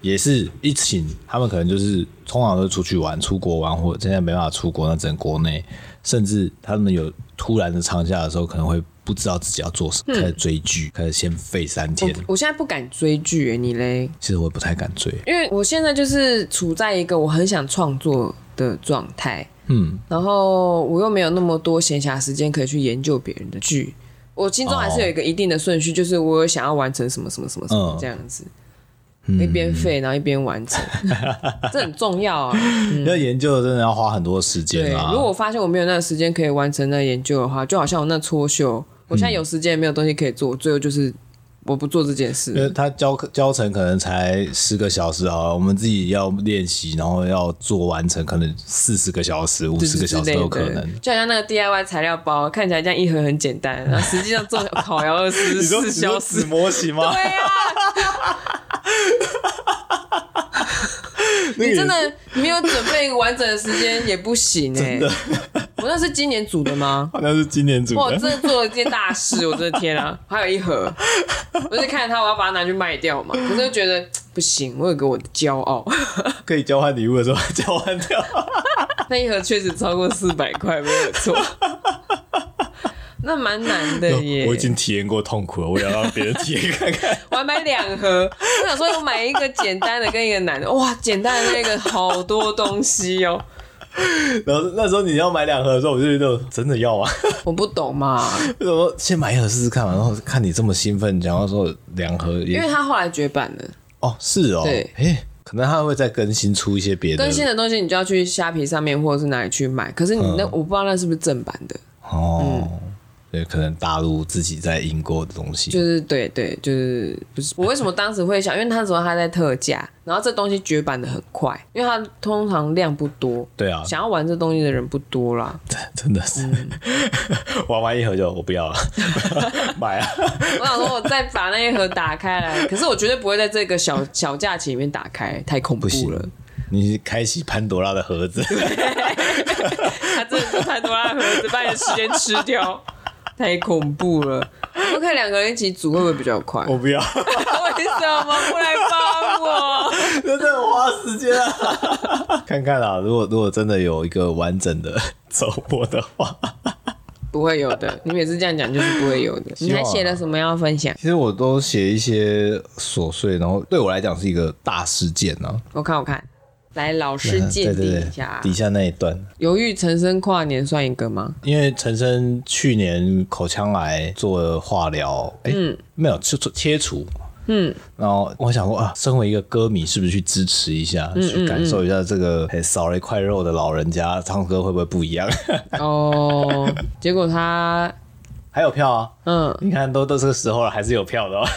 S1: 也是一请，他们可能就是通常都出去玩、出国玩，或者现在没办法出国，那只能国内。甚至他们有突然的长假的时候，可能会不知道自己要做什么，
S2: 嗯
S1: 开始追剧，开始先废三
S2: 我
S1: 天。
S2: 我现在不敢追剧、欸，你嘞？
S1: 其实我也不太敢追，
S2: 因为我现在就是处在一个我很想创作的状态，
S1: 嗯。
S2: 然后我又没有那么多闲暇时间可以去研究别人的剧，我心中还是有一个一定的顺序，就是我有想要完成什么什么什么什么
S1: 嗯
S2: 这样子。一边废然后一边完
S1: <laughs>
S2: 成，这很重要啊。
S1: 那研究真的要花很多时
S2: 对，
S1: 间啊
S2: 如。果我发现我没有那个时间可以完成那研究的话，就好像我那搓绣，我现在有时间也没有东西可以做，最后就是我不做这件事
S1: 因。为他教教程可能才十个小时啊，我们自己要练习，然后要做完成，可能四十个小时、五
S2: 就
S1: 十
S2: 是
S1: 个
S2: 之
S1: 小时
S2: 类
S1: 都
S2: 的
S1: 有可能。
S2: 就好像那个 DIY 材料包，看起来这样一盒很简单，然后实际上
S1: <laughs>
S2: 做烤要二十
S1: 你说
S2: 四
S1: 你
S2: 小
S1: 说
S2: 时
S1: 纸。模型吗？
S2: <laughs> 对啊，
S1: 那个
S2: 你
S1: 也
S2: 真
S1: 是
S2: 的没有准备完整的时间也不行
S1: <laughs>
S2: 哎、我那是今年组的吗？
S1: 好像是今 <laughs> 年组
S2: 哇，我真
S1: 的。
S2: 的做了一件大事，我真的天
S1: <laughs>
S2: 啊！还有一盒，我就看着它，我要把它拿去卖掉嘛。可是又觉得不行，我有个我的骄傲， <laughs>
S1: 可以交换礼物的时候交换掉。
S2: 那一盒确实超过四百块，没有错。 <laughs> 那蛮难的耶，
S1: 我已经体验过痛苦了，我也要让别人体验看看。
S2: 我还买两盒。我想说，我买一个简单的跟一个难的，哇，简单的那个好多东西哦，
S1: 然后那时候你要买两盒的时候，我就觉得真的要啊。 <laughs>
S2: 我不懂嘛。
S1: 为什么先买一盒试试看嘛？然后看你这么兴奋，然后说两盒
S2: 因
S1: 也
S2: 为它后来绝版了，
S1: 哦是哦，
S2: 对
S1: 诶，可能他会再更新出一些别的
S2: 更新的东西你就要去虾皮上面或者是哪里去买。可是你那、我不知道那是不是正版的，
S1: 哦。对，可能大陆自己在印过的东西，
S2: 就是对对，就是不是我为什么当时会想，因为那时候它在特价，然后这东西绝版的很快，因为它通常量不多，
S1: 对啊，
S2: 想要玩这东西的人不多啦。
S1: 真的是、 <laughs> 玩完一盒就我不要了， <laughs> 买 <laughs> 啊！
S2: 我想说，我再把那一盒打开来，可是我绝对不会在这个小小假期里面打开，太恐怖了。，
S1: 你开启潘多拉的盒子，
S2: 它真的是潘多拉盒子，把你的时间吃掉，太恐怖了。我们可以两个人一起组，会不会比较快？
S1: <laughs> 我不 <laughs> 要，
S2: <laughs> 为什么不来帮我？
S1: 真的很花时间啊！ <laughs> 看看啊，如果如果真的有一个完整的周末的话，
S2: 不会有的，你每次这样讲就是不会有
S1: <laughs>
S2: 的。你
S1: 望啊
S2: 还写了什么要分享？
S1: 其实我都写一些琐碎，然后对我来讲是一个大事件啊。
S2: 我看我看，来老师鉴定一下。
S1: 底下那一段，
S2: 犹豫陈生跨年算一个
S1: <laughs>
S2: 吗？
S1: 因为陈生去年口腔癌做了化疗，哎、没有切除切除。
S2: 嗯，
S1: 然后我想说啊，身为一个歌迷，是不是去支持一下，
S2: 嗯
S1: 去感受一下这个、哎少了一块肉的老人家唱歌会不会不一样？ <laughs>
S2: 哦，结果他，
S1: 还有票啊，
S2: 嗯，
S1: 你看都到这个时候了，还是有票的、哦， <laughs>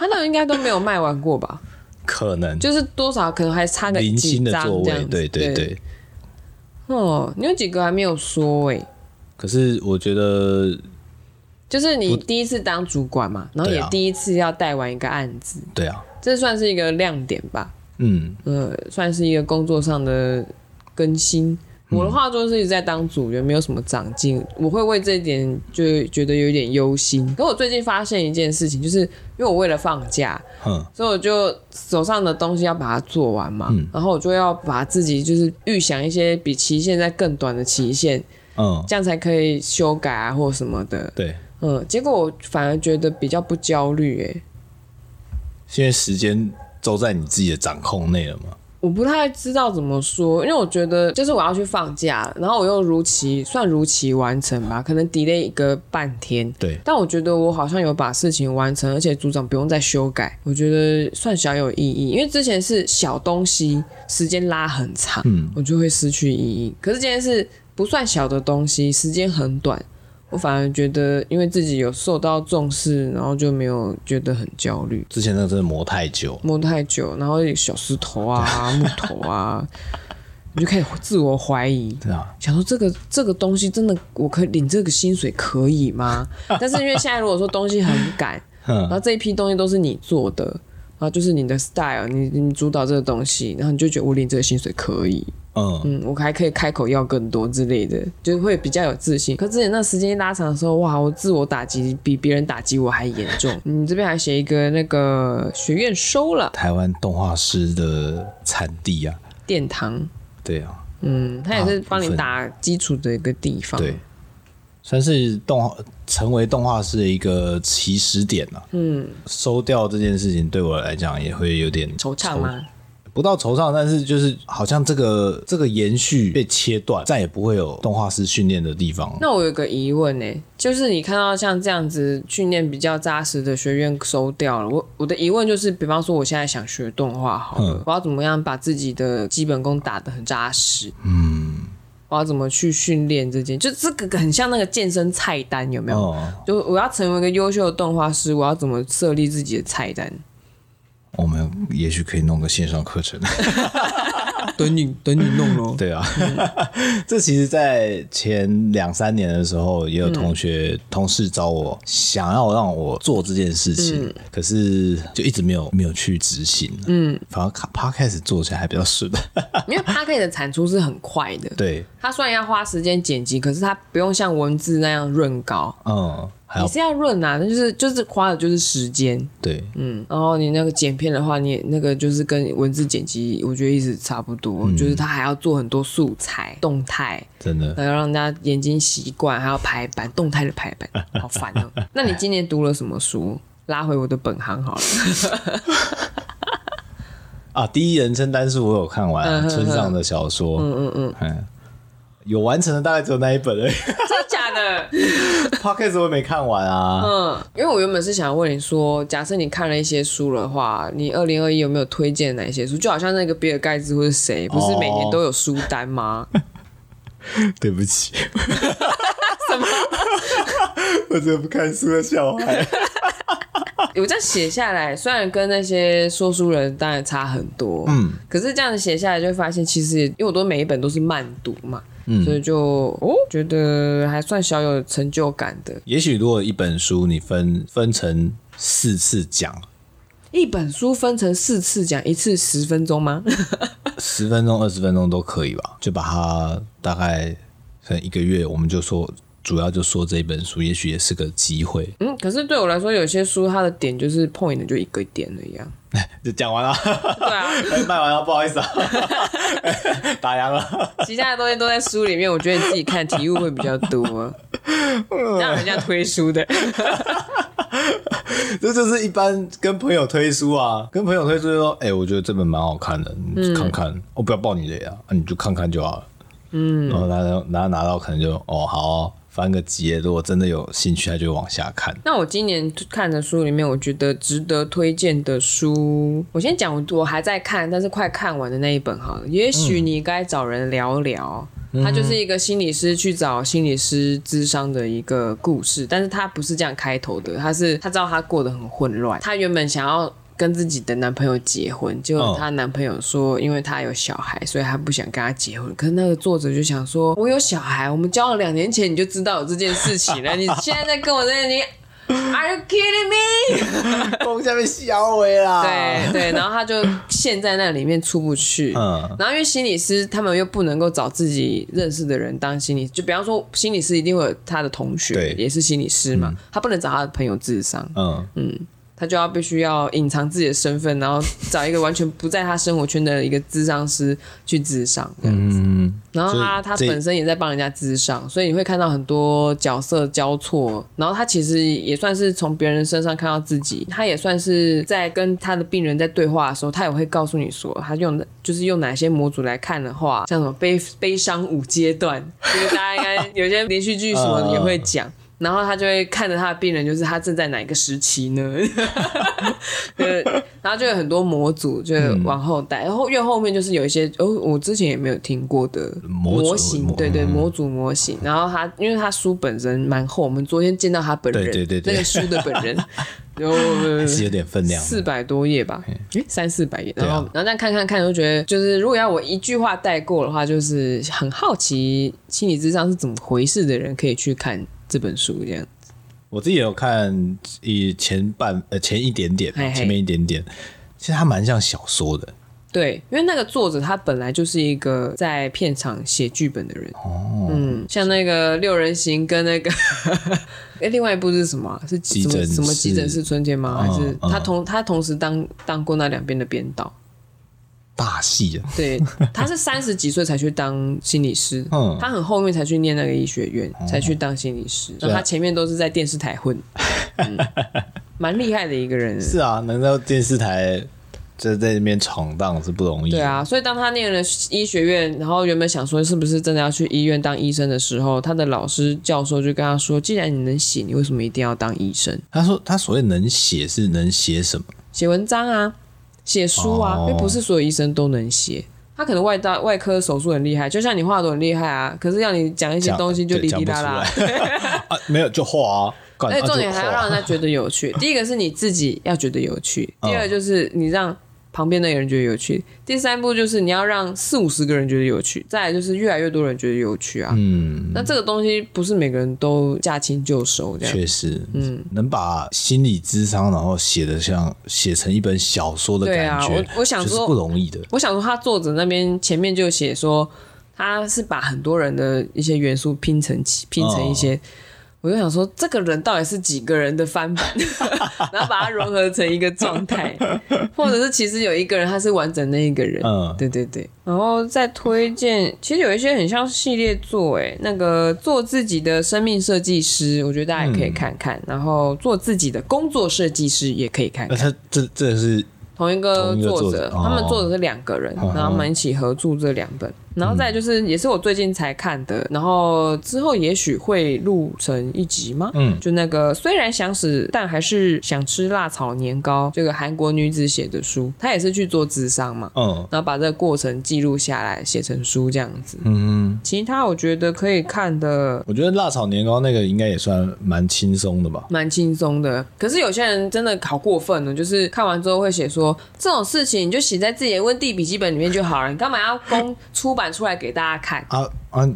S2: 他那个应该都没有卖完过吧？
S1: 可能
S2: 就是多少可能还差个
S1: 零
S2: 几
S1: 星的
S2: 张
S1: 座
S2: 这
S1: 位
S2: 样，子。
S1: 对对对。
S2: 哦，你有几个还没有说哎、
S1: 可是我觉得，
S2: 就是你第一次当主管嘛，然后
S1: 对
S2: 也
S1: 啊
S2: 第一次要带完一个案子，
S1: 对啊，
S2: 这算是一个亮点吧？
S1: 嗯，
S2: 呃，算是一个工作上的更新。我的话就是一直在当组员，没有什么长进，我会为这一点就觉得有点忧心。可我最近发现一件事情，就是因为我为了放假，
S1: 哼，
S2: 所以我就手上的东西要把它做完嘛，然后我就要把自己就是预想一些比期限在更短的期限，
S1: 嗯，
S2: 这样才可以修改啊或什么的。
S1: 对，
S2: 嗯，结果我反而觉得比较不焦虑，欸诶，
S1: 现在时间都在你自己的掌控内了嘛，
S2: 我不太知道怎么说，因为我觉得就是我要去放假，然后我又如期算如期完成吧，可能 delay 一个半天。
S1: 对，
S2: 但我觉得我好像有把事情完成，而且组长不用再修改，我觉得算小有意义。因为之前是小东西，时间拉很长，
S1: 嗯
S2: 我就会失去意义。可是今天是不算小的东西，时间很短，我反而觉得因为自己有受到重视，然后就没有觉得很焦虑。
S1: 之前那个真的磨太久，
S2: 摸太久，然后有小石头啊、木头啊，你就开始自我怀疑，
S1: 对啊，
S2: 想说这个这个东西真的我可以领这个薪水可以吗？但是因为现在如果说东西很赶，然
S1: 哼，
S2: 后这一批东西都是你做的，然后就是你的 style，你你主导这个东西，然后你就觉得我领这个薪水可以，
S1: 嗯，
S2: 嗯，我还可以开口要更多之类的，就会比较有自信。可之前那时间一拉长的时候，哇，我自我打击比别人打击我还严重。你这边还写一个那个学院收了。
S1: 台湾动画师的产地啊，
S2: 殿堂，
S1: 对啊，
S2: 嗯，它也是帮你打基础的一个地方。
S1: 对，，算是动画成为动画师的一个起始点啊。嗯，收掉这件事情对我来讲也会有点
S2: 惆怅吗？
S1: 惆？不到惆怅，但是就是好像这个这个延续被切断，再也不会有动画师训练的地方。
S2: 那我有个疑问呢、欸就是你看到像这样子训练比较扎实的学院收掉了，我我的疑问就是，比方说我现在想学动画好了，
S1: 嗯
S2: 我要怎么样把自己的基本功打得很扎实？
S1: 嗯，
S2: 我要怎么去训练这件？就这个很像那个健身菜单，有没有？
S1: 哦，
S2: 就我要成为一个优秀的动画师，我要怎么设立自己的菜单？
S1: 我们也许可以弄个线上课程。
S3: 等你等你弄咯。
S1: 对啊， <laughs> 这其实，在前两三年的时候，也有同学、同事找我，想要让我做这件事情，可是就一直没有没有去执行。嗯，反而 podcast 做起来还比较顺。 <laughs>
S2: 因为 p a c k 的产出是很快的，
S1: 对，
S2: 它虽然要花时间剪辑，可是它不用像文字那样润稿，
S1: 嗯，还
S2: 你
S1: 有
S2: 是要润啊，那就是就是花的就是时间，
S1: 对，
S2: 嗯，然后你那个剪片的话，你也那个就是跟文字剪辑，我觉得意思差不多，就是它还要做很多素材、动态，
S1: 真的。
S2: 还要让大家眼睛习惯，还要排版，动态的排版，好烦哦、那你今年读了什么书？拉回我的本行好了，
S1: 啊，第一人称单数我有看完、啊，村上的小说，嗯嗯嗯，有完成的大概只有那一本 <laughs> 而已
S2: 真的假的？
S1: ，podcast 我也没看完啊，
S2: 嗯，因为我原本是想问你说，假设你看了一些书的话，你二零二一有没有推荐哪一些书？就好像那个比尔盖茨或是谁，不是每年都有书单吗？ <laughs>
S1: 对不 <laughs> 起，什么？ <laughs> 我这个不看书的小孩，
S2: 我这样写下来，虽然跟那些说书人当然差很多，嗯，可是这样写下来就会发现，其实因为我都每一本都是慢读嘛，所以就哦觉得还算小有成就感的。
S1: 也许如果一本书你分分成四次讲，
S2: 一本书分成四次讲，一次十分钟吗？ <laughs>
S1: 十分钟、二十分钟都可以吧，就把它大概可能一个月，我们就说主要就说这一本书，也许也是个机会， <laughs>
S2: 嗯，可是对我来说，有些书它的点就是 point 就一个点啊了一样。
S1: 就讲完了， <laughs>
S2: 对啊，
S1: 卖完了，不好意思啊， <laughs> 打烊了。
S2: <laughs> 其他的东西都在书里面，我觉得你自己看题目会比较多，让人家推书的。
S1: 这就是一般跟朋友推书啊，跟朋友推书就说，哎、我觉得这本蛮好看的，你去看看。我、哦、不要爆你雷啊，啊你就看看就好了。嗯，然后拿到拿拿到可能就哦好哦翻个几页，如果真的有兴趣，他就往下看。
S2: 那我今年看的书里面，我觉得值得推荐的书，我先讲我我还在看，但是快看完的那一本好了。也许你该找人聊聊，它就是一个心理师去找心理师咨商的一个故事，但是他不是这样开头的，他是他知道他过得很混乱，他原本想要。跟自己的男朋友结婚，结果
S1: 哦
S2: 她男朋友说，因为她有小孩，所以她不想跟他结婚。可是那个作者就想说，我有小孩，我们交往两年前你就知道有这件事情了，你现在在跟我在那里，Are you kidding me？啊
S1: 风下面小尾啦
S2: 对，对，然后他就陷在那里面出不去。
S1: 嗯
S2: 然后因为心理师他们又不能够找自己认识的人当心理，就比方说心理师一定会有他的同学
S1: 对
S2: 也是心理师嘛，他不能找他的朋友智商，
S1: 嗯，
S2: 他就要必须要隐藏自己的身份，然后找一个完全不在他生活圈的一个智商师去智商这样子。然后他他
S1: 嗯所以这
S2: 本身也在帮人家智商，所以你会看到很多角色交错。然后他其实也算是从别人身上看到自己，他也算是在跟他的病人在对话的时候，他也会告诉你说，他用的就是用哪些模组来看的话，像什么悲悲伤五阶段，就是大家应该有些连续剧什么的也会讲。 <laughs> 然后他就会看着他的病人，就是他正在哪一个时期呢？ <laughs> 对，然后就有很多模组，就往后带，然后越后面就是有一些哦，我之前也没有听过的
S1: 模组
S2: 型，
S1: 模嗯
S2: 对对，模组模型。然后他因为他书本人蛮厚，我们昨天见到他本人，
S1: 对对对对
S2: 那个书的本
S1: <laughs>
S2: 人，然后
S1: 是有点分量。
S2: 四百多页吧，诶三四百页，
S1: 啊
S2: 然后、然后这样看看看，就觉得就是如果要我一句话带过的话，就是很好奇心理智商是怎么回事的人可以去看这本书这样。
S1: 我自己也有看以前半呃前一点点，
S2: 嘿嘿
S1: 前面一点点，其实它蛮像小说的。
S2: 对，因为那个作者他本来就是一个在片场写剧本的人。
S1: 哦
S2: 嗯，像那个六人行跟那个， <laughs> 哎，另外一部是什么啊、是
S1: 急
S2: 什么
S1: 诊
S2: 什么
S1: 室
S2: 急诊室春天吗？还是
S1: 嗯
S2: 他同他同时当当过那两边的编导？
S1: 大戏啊，
S2: 对，他是三十几岁才去当心理师，
S1: 嗯哦
S2: 他很后面才去念那个医学院，才去当心理师。那
S1: 啊
S2: 他前面都是在电视台混，嗯蛮厉害的一个人。
S1: 是啊，能到电视台这在那边闯荡是不容易。
S2: 对，啊，所以当他念了医学院，然后原本想说是不是真的要去医院当医生的时候，他的老师教授就跟他说：“既然你能写，你为什么一定要当医生？
S1: 他说他所谓能写是能写什么？
S2: 写文章啊，写书啊，
S1: 哦
S2: 因为不是所有医生都能写。他可能外大外科手术很厉害，就像你画图很厉害啊，可是要你讲一些
S1: 讲
S2: 东西就
S1: 对
S2: 滴
S1: 讲
S2: 滴
S1: 不
S2: 答
S1: 出
S2: 答
S1: 来。 <laughs> 啊，没有就画啊，干
S2: 而且
S1: 啊
S2: 重点
S1: 就
S2: 还要
S1: 画
S2: 让人家觉得有趣。第一个是你自己要觉得有
S1: <laughs>
S2: 趣，
S1: 嗯
S2: 第二个就是你让旁边的人觉得有趣，第三步就是你要让四五十个人觉得有趣，再来就是越来越多人觉得有趣啊。
S1: 嗯，
S2: 那这个东西不是每个人都驾轻就熟这样。
S1: 确实，嗯，能把心理智商然后写的像写成一本小说的
S2: 对
S1: 感
S2: 啊
S1: 觉，
S2: 我我想
S1: 就是
S2: 说
S1: 不容易的。
S2: 我想说，他作者那边前面就写说，他是把很多人的一些元素拼成起，拼成一
S1: 哦
S2: 些。我就想说，这个人到底是几个人的翻版， <laughs> 然后把它融合成一个状态，或者是其实有一个人他是完整那一个人，
S1: 嗯
S2: 对对对。然后再推荐，其实有一些很像系列作，诶，那个做自己的生命设计师，我觉得大家也可以看
S1: 嗯
S2: 看。然后做自己的工作设计师也可以看看
S1: 那。他这这是
S2: 同一个
S1: 同一个
S2: 作
S1: 作
S2: 者
S1: 者，
S2: 他们
S1: 哦
S2: 作者是两个人，
S1: 嗯
S2: 然后他们一起合著这两本，然后再来就是也是我最近才看的，
S1: 嗯
S2: 然后之后也许会录成一集吗？
S1: 嗯
S2: 就那个虽然想死，但还是想吃辣炒年糕，这个韩国女子写的书，她也是去做智商嘛，
S1: 嗯
S2: 然后把这个过程记录下来，写成书这样子。
S1: 嗯，
S2: 其他我觉得可以看的
S1: 我觉得辣炒年糕那个应该也算蛮轻松的吧。
S2: 蛮轻松的。可是有些人真的好过分了，就是看完之后会写说这种事情你就写在自己的温蒂笔记本里面就好了，你干嘛要
S1: <laughs>
S2: 公出版出来给大家看？
S1: 啊啊，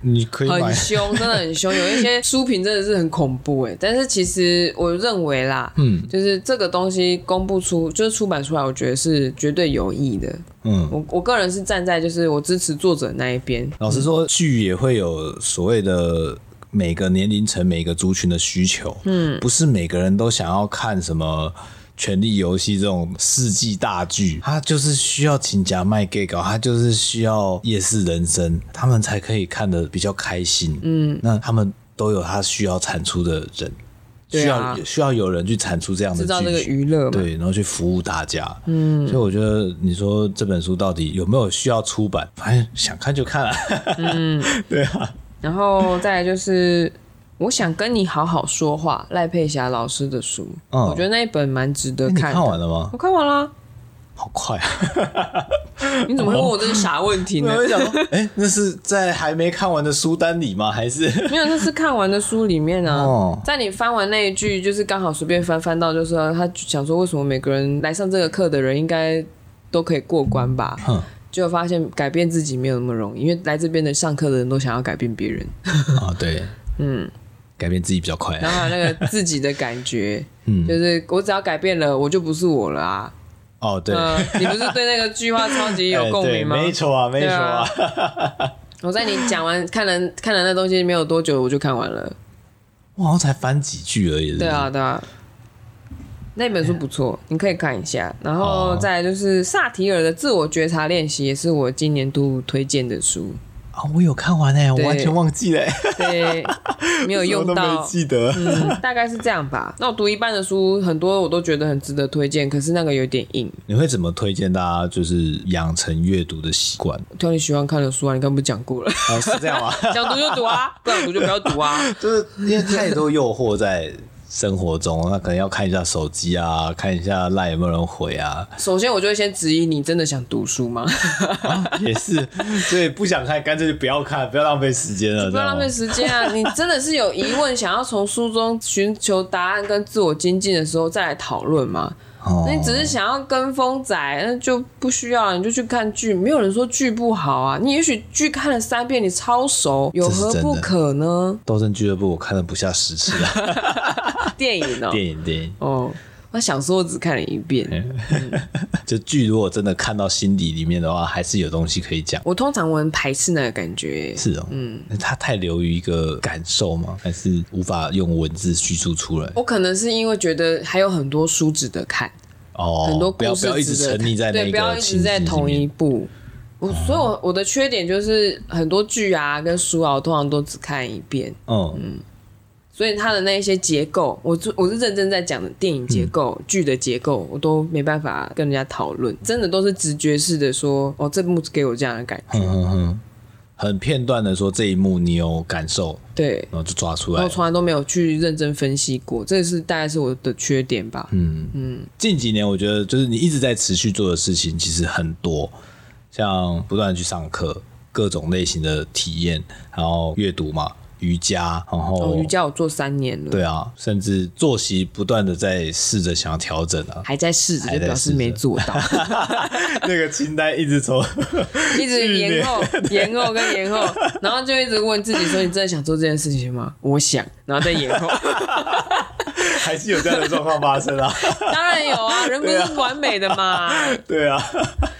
S1: 你可以买
S2: 很凶，真的很凶，有一些书评真的是很恐怖哎。但是其实我认为啦，
S1: 嗯
S2: 就是这个东西公布出，就是出版出来，我觉得是绝对有益的。
S1: 嗯。
S2: 我我个人是站在就是我支持作者那一边，
S1: 老实说，剧也会有所谓的每个年龄层、每个族群的需求。嗯，不是每个人都想要看什么。权力游戏这种世纪大剧，它就是需要请假卖 gay 搞，它就是需要夜市人生，他们才可以看得比较开心。嗯，那他们都有他需要产出的人，
S2: 对
S1: 需
S2: 啊
S1: 要需要有人去产出这样的
S2: 制造
S1: 剧
S2: 这个
S1: 情
S2: 娱乐嘛。
S1: 对，然后去服务大家。嗯，所以我觉得你说这本书到底有没有需要出版？反正想看就看啊。
S2: 然后再来就是，我想跟你好好说话，赖佩霞老师的书，
S1: 嗯
S2: 我觉得那一本蛮值得
S1: 欸你
S2: 看的。
S1: 看完了吗？
S2: 我看完啦，
S1: 好快啊！
S2: 你怎么会问我这是啥问题
S1: <laughs>
S2: 呢？
S1: 哦想说，哎、那是在还没看完的书单里吗？还
S2: <laughs>
S1: 是
S2: 没有，那是看完的书里面啊。
S1: 哦
S2: 在你翻完那一句，就是刚好随便翻翻到，就是他想说，为什么每个人来上这个课的人应该都可以过关吧？
S1: 哼
S2: 就发现改变自己没有那么容易，因为来这边的上课的人都想要改变别人，
S1: 啊？对，嗯，改变自己比较快、
S2: 然
S1: 啊。
S2: 后还有那个自己的感觉，
S1: <laughs> 嗯
S2: 就是我只要改变了，我就不是我了啊。
S1: 哦，对，
S2: 嗯，你不是对那个句话超级有共鸣吗？
S1: 哎对没错啊，没错
S2: <laughs>
S1: 啊。 <laughs>
S2: 我在你讲完看了看了那东西没有多久，我就看完了。
S1: 我好像才翻几句而已。是不是
S2: 对啊，，对啊，那本书不错，你可以看一下。然后
S1: 哦
S2: 再来就是萨提尔的《自我觉察练习》，也是我今年度推荐的书。
S1: 啊，我有看完哎、我
S2: 对
S1: 完全忘记了、欸， <laughs>
S2: 对，没有
S1: 我
S2: 用
S1: 都没
S2: 到。
S1: 记得。
S2: 嗯，大概是这样吧。那我读一半的书，很多我都觉得很值得推荐，可是那个有点硬。
S1: 你会怎么推荐大家就是养成阅读的习惯？
S2: 挑你喜欢看的书啊，你刚刚不是讲过了，
S1: 哦，是这样吗？
S2: 想读就读啊，不想读就不要读啊。
S1: <laughs> 就是因为太多诱惑在生活中，那可能要看一下手机啊，看一下赖有没有人回啊，
S2: 首先，我就会先质疑你真的想读书吗？
S1: <laughs> 也是，所以不想看，干脆就不要看，不要浪费时间了，
S2: 不 <laughs> 要浪费
S1: 这样吗
S2: 时间啊！你真的是有疑问，想要从书中寻求答案跟自我精进的时候再来讨论嘛？
S1: 哦
S2: 那你只是想要跟风仔，那就不需要了，你就去看剧。没有人说剧不好啊，你也许剧看了三遍，你超熟，有
S1: 这是
S2: 何
S1: 真的
S2: 不可呢？
S1: 斗争俱乐部我看了不下十次
S2: <laughs>
S1: 了，
S2: 电影哦、
S1: 电影电影，
S2: 哦，我想说我只看了一遍。
S1: 就剧如果真的看到心底里面的话，还是有东西可以讲。
S2: 我通常我很排斥那个感觉、
S1: 是哦，嗯，它太流于一个感受吗？还是无法用文字叙述出来？
S2: 我可能是因为觉得还有很多书值得看。
S1: 哦，
S2: 很多
S1: 不
S2: 故
S1: 要
S2: 事
S1: 不要一直
S2: 值得
S1: 沉溺在
S2: 看
S1: 那
S2: 对，不要
S1: 个
S2: 一
S1: 情
S2: 直
S1: 绪
S2: 在
S1: 里
S2: 同一
S1: 面。哦
S2: 部。我所以我，我的缺点就是很多剧啊跟书啊，我通常都只看一遍。
S1: 嗯，
S2: 所以它的那一些结构，我就我是认真在讲的电影
S1: 嗯
S2: 结构、剧的结构，我都没办法跟人家讨论，真的都是直觉式的说，哦，这部给我这样的感觉，
S1: 嗯嗯嗯，很片段的说这一幕你有感受，
S2: 对。
S1: 然后就抓出
S2: 我
S1: 来。
S2: 从来都没有去认真分析过，这是大概是我的缺点吧。
S1: 嗯嗯，近几年我觉得就是你一直在持续做的事情其实很多，像不断地去上课，各种类型的体验，然后阅读嘛，瑜伽，然后、
S2: 哦，瑜伽我做三年了，，
S1: 对啊，甚至作息不断的在试着想要调整啊
S2: 还在试着，
S1: 还
S2: 就
S1: 在
S2: 表
S1: 试
S2: 示
S1: 着
S2: 没做到，
S1: <laughs> 那个清单一直从 <laughs>
S2: 一直延后、延后跟延后，然后就一直问自己说：“你真的想做这件事情吗？”我想，然后再延后。 <laughs>
S1: 还是有这样的状况发生啊，
S2: 当然有啊，人不是完美的嘛，
S1: <laughs> 对啊，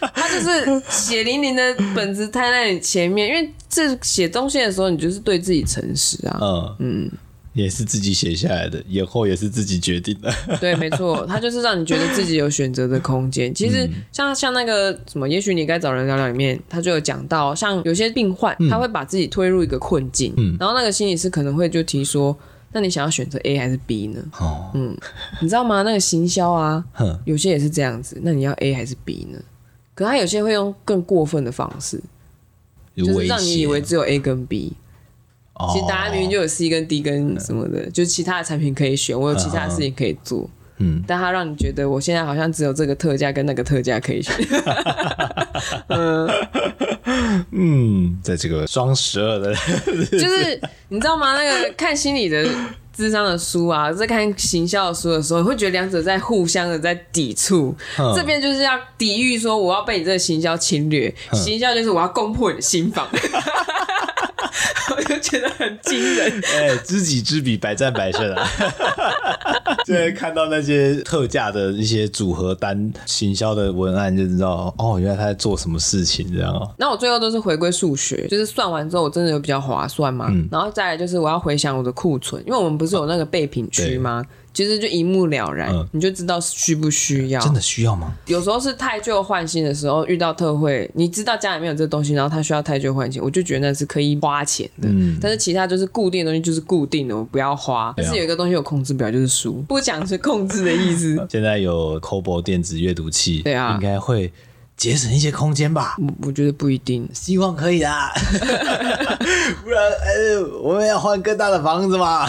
S2: 他就是血淋淋的本子摊在你前面，因为这写东西的时候，你就是对自己诚实啊。
S1: 嗯嗯，也是自己写下来的，以后也是自己决定的， <laughs>
S2: 对，没错，他就是让你觉得自己有选择的空间。其
S1: 嗯
S2: 实像像那个什么，也许你该找人聊聊里面，他就有讲到，像有些病患，
S1: 嗯
S2: 他会把自己推入一个困境，然后那个心理师可能会就提说。那你想要选择 A 还是 B 呢？嗯
S1: 哦，
S2: 你知道吗？那个行销啊
S1: 哼，
S2: 有些也是这样子。那你要 A 还是 B 呢？可他有些会用更过分的方式，就是让
S1: <laughs>
S2: 你以为只有 A 跟 B，
S1: 哦
S2: 其实答案明明就有 C 跟 D 跟什么的，就是其他的产品可以选，我有其他的事情可以做。
S1: 嗯，
S2: 但它让你觉得我现在好像只有这个特价跟那个特价可以
S1: <laughs>
S2: 选。
S1: 嗯，在这个双十二的，
S2: 就是你知道吗？那个看心理的智商的书啊，在看行销的书的时候，你会觉得两者在互相的在抵触。
S1: 嗯
S2: 这边就是要抵御说我要被你这个行销侵略，
S1: 嗯
S2: 行销就是我要攻破你的心房。 <laughs> 我就觉得很惊人，
S1: 哎、知己知彼，百战百胜
S2: <laughs>
S1: 啊！现在看到那些特价的一些组合单、行销的文案，就知道哦，原来他在做什么事情，这样哦。
S2: 那我最后都是回归数学，就是算完之后我真的有比较划算嘛。
S1: 嗯
S2: 然后再来就是我要回想我的库存，因为我们不是有那个备品区吗？其实就一目了然，
S1: 嗯
S2: 你就知道需不需要。
S1: 真的需要吗？
S2: 有时候是太旧换新的时候遇到特惠，你知道家里面有这东西，然后他需要太旧换新，我就觉得那是可以花钱的。
S1: 嗯
S2: 但是其他就是固定的东西就是固定的，我不要花。
S1: 对
S2: 但
S1: 啊
S2: 是有一个东西有控制表，就是书，不讲是控制的
S1: <laughs>
S2: 意思。
S1: 现在有 Kobo 电子阅读器，
S2: 对啊
S1: 应该会节省一些空间吧？
S2: 我我觉得不一定。
S1: 希望可以啦，
S2: <laughs>
S1: 不然呃，我们要换更大的房子嘛。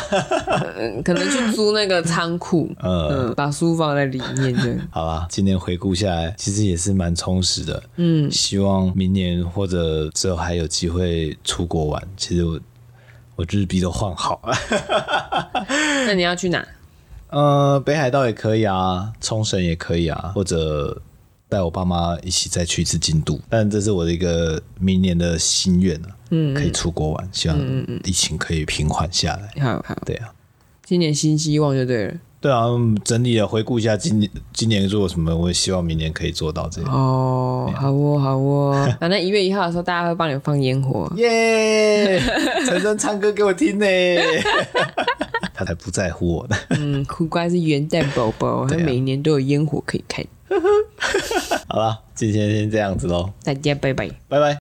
S2: 嗯，可能去租那个仓库，
S1: 嗯
S2: 嗯，把书放在里面这样。
S1: 好吧，今年回顾下来，其实也是蛮充实的。
S2: 嗯，
S1: 希望明年或者之后还有机会出国玩。其实我我日币都换好啊了，
S2: 那你要去哪？
S1: <laughs> 呃，北海道也可以啊，冲绳也可以啊，或者带我爸妈一起再去一次京都。但这是我的一个明年的心愿啊，嗯，可嗯以出国玩，希望疫情可以平缓下来。
S2: 好好，
S1: 对啊，
S2: 今年新希望就对了。
S1: 对啊，嗯整理了回顾一下今年今年做了什么，我也希望明年可以做到这 <laughs> 样。
S2: 哦，好哦，好哦。 <laughs> 反正一月一号的时候，大家会帮你放烟火。
S1: 耶！陈真唱歌给我听呢， <laughs> 他才不在乎我呢。
S2: 嗯，苦瓜是元旦宝 <laughs> 宝，它
S1: 啊
S2: 每年都有烟火可以看。
S1: 好了，今天先这样子喽，
S2: 大家拜拜。
S1: 拜拜。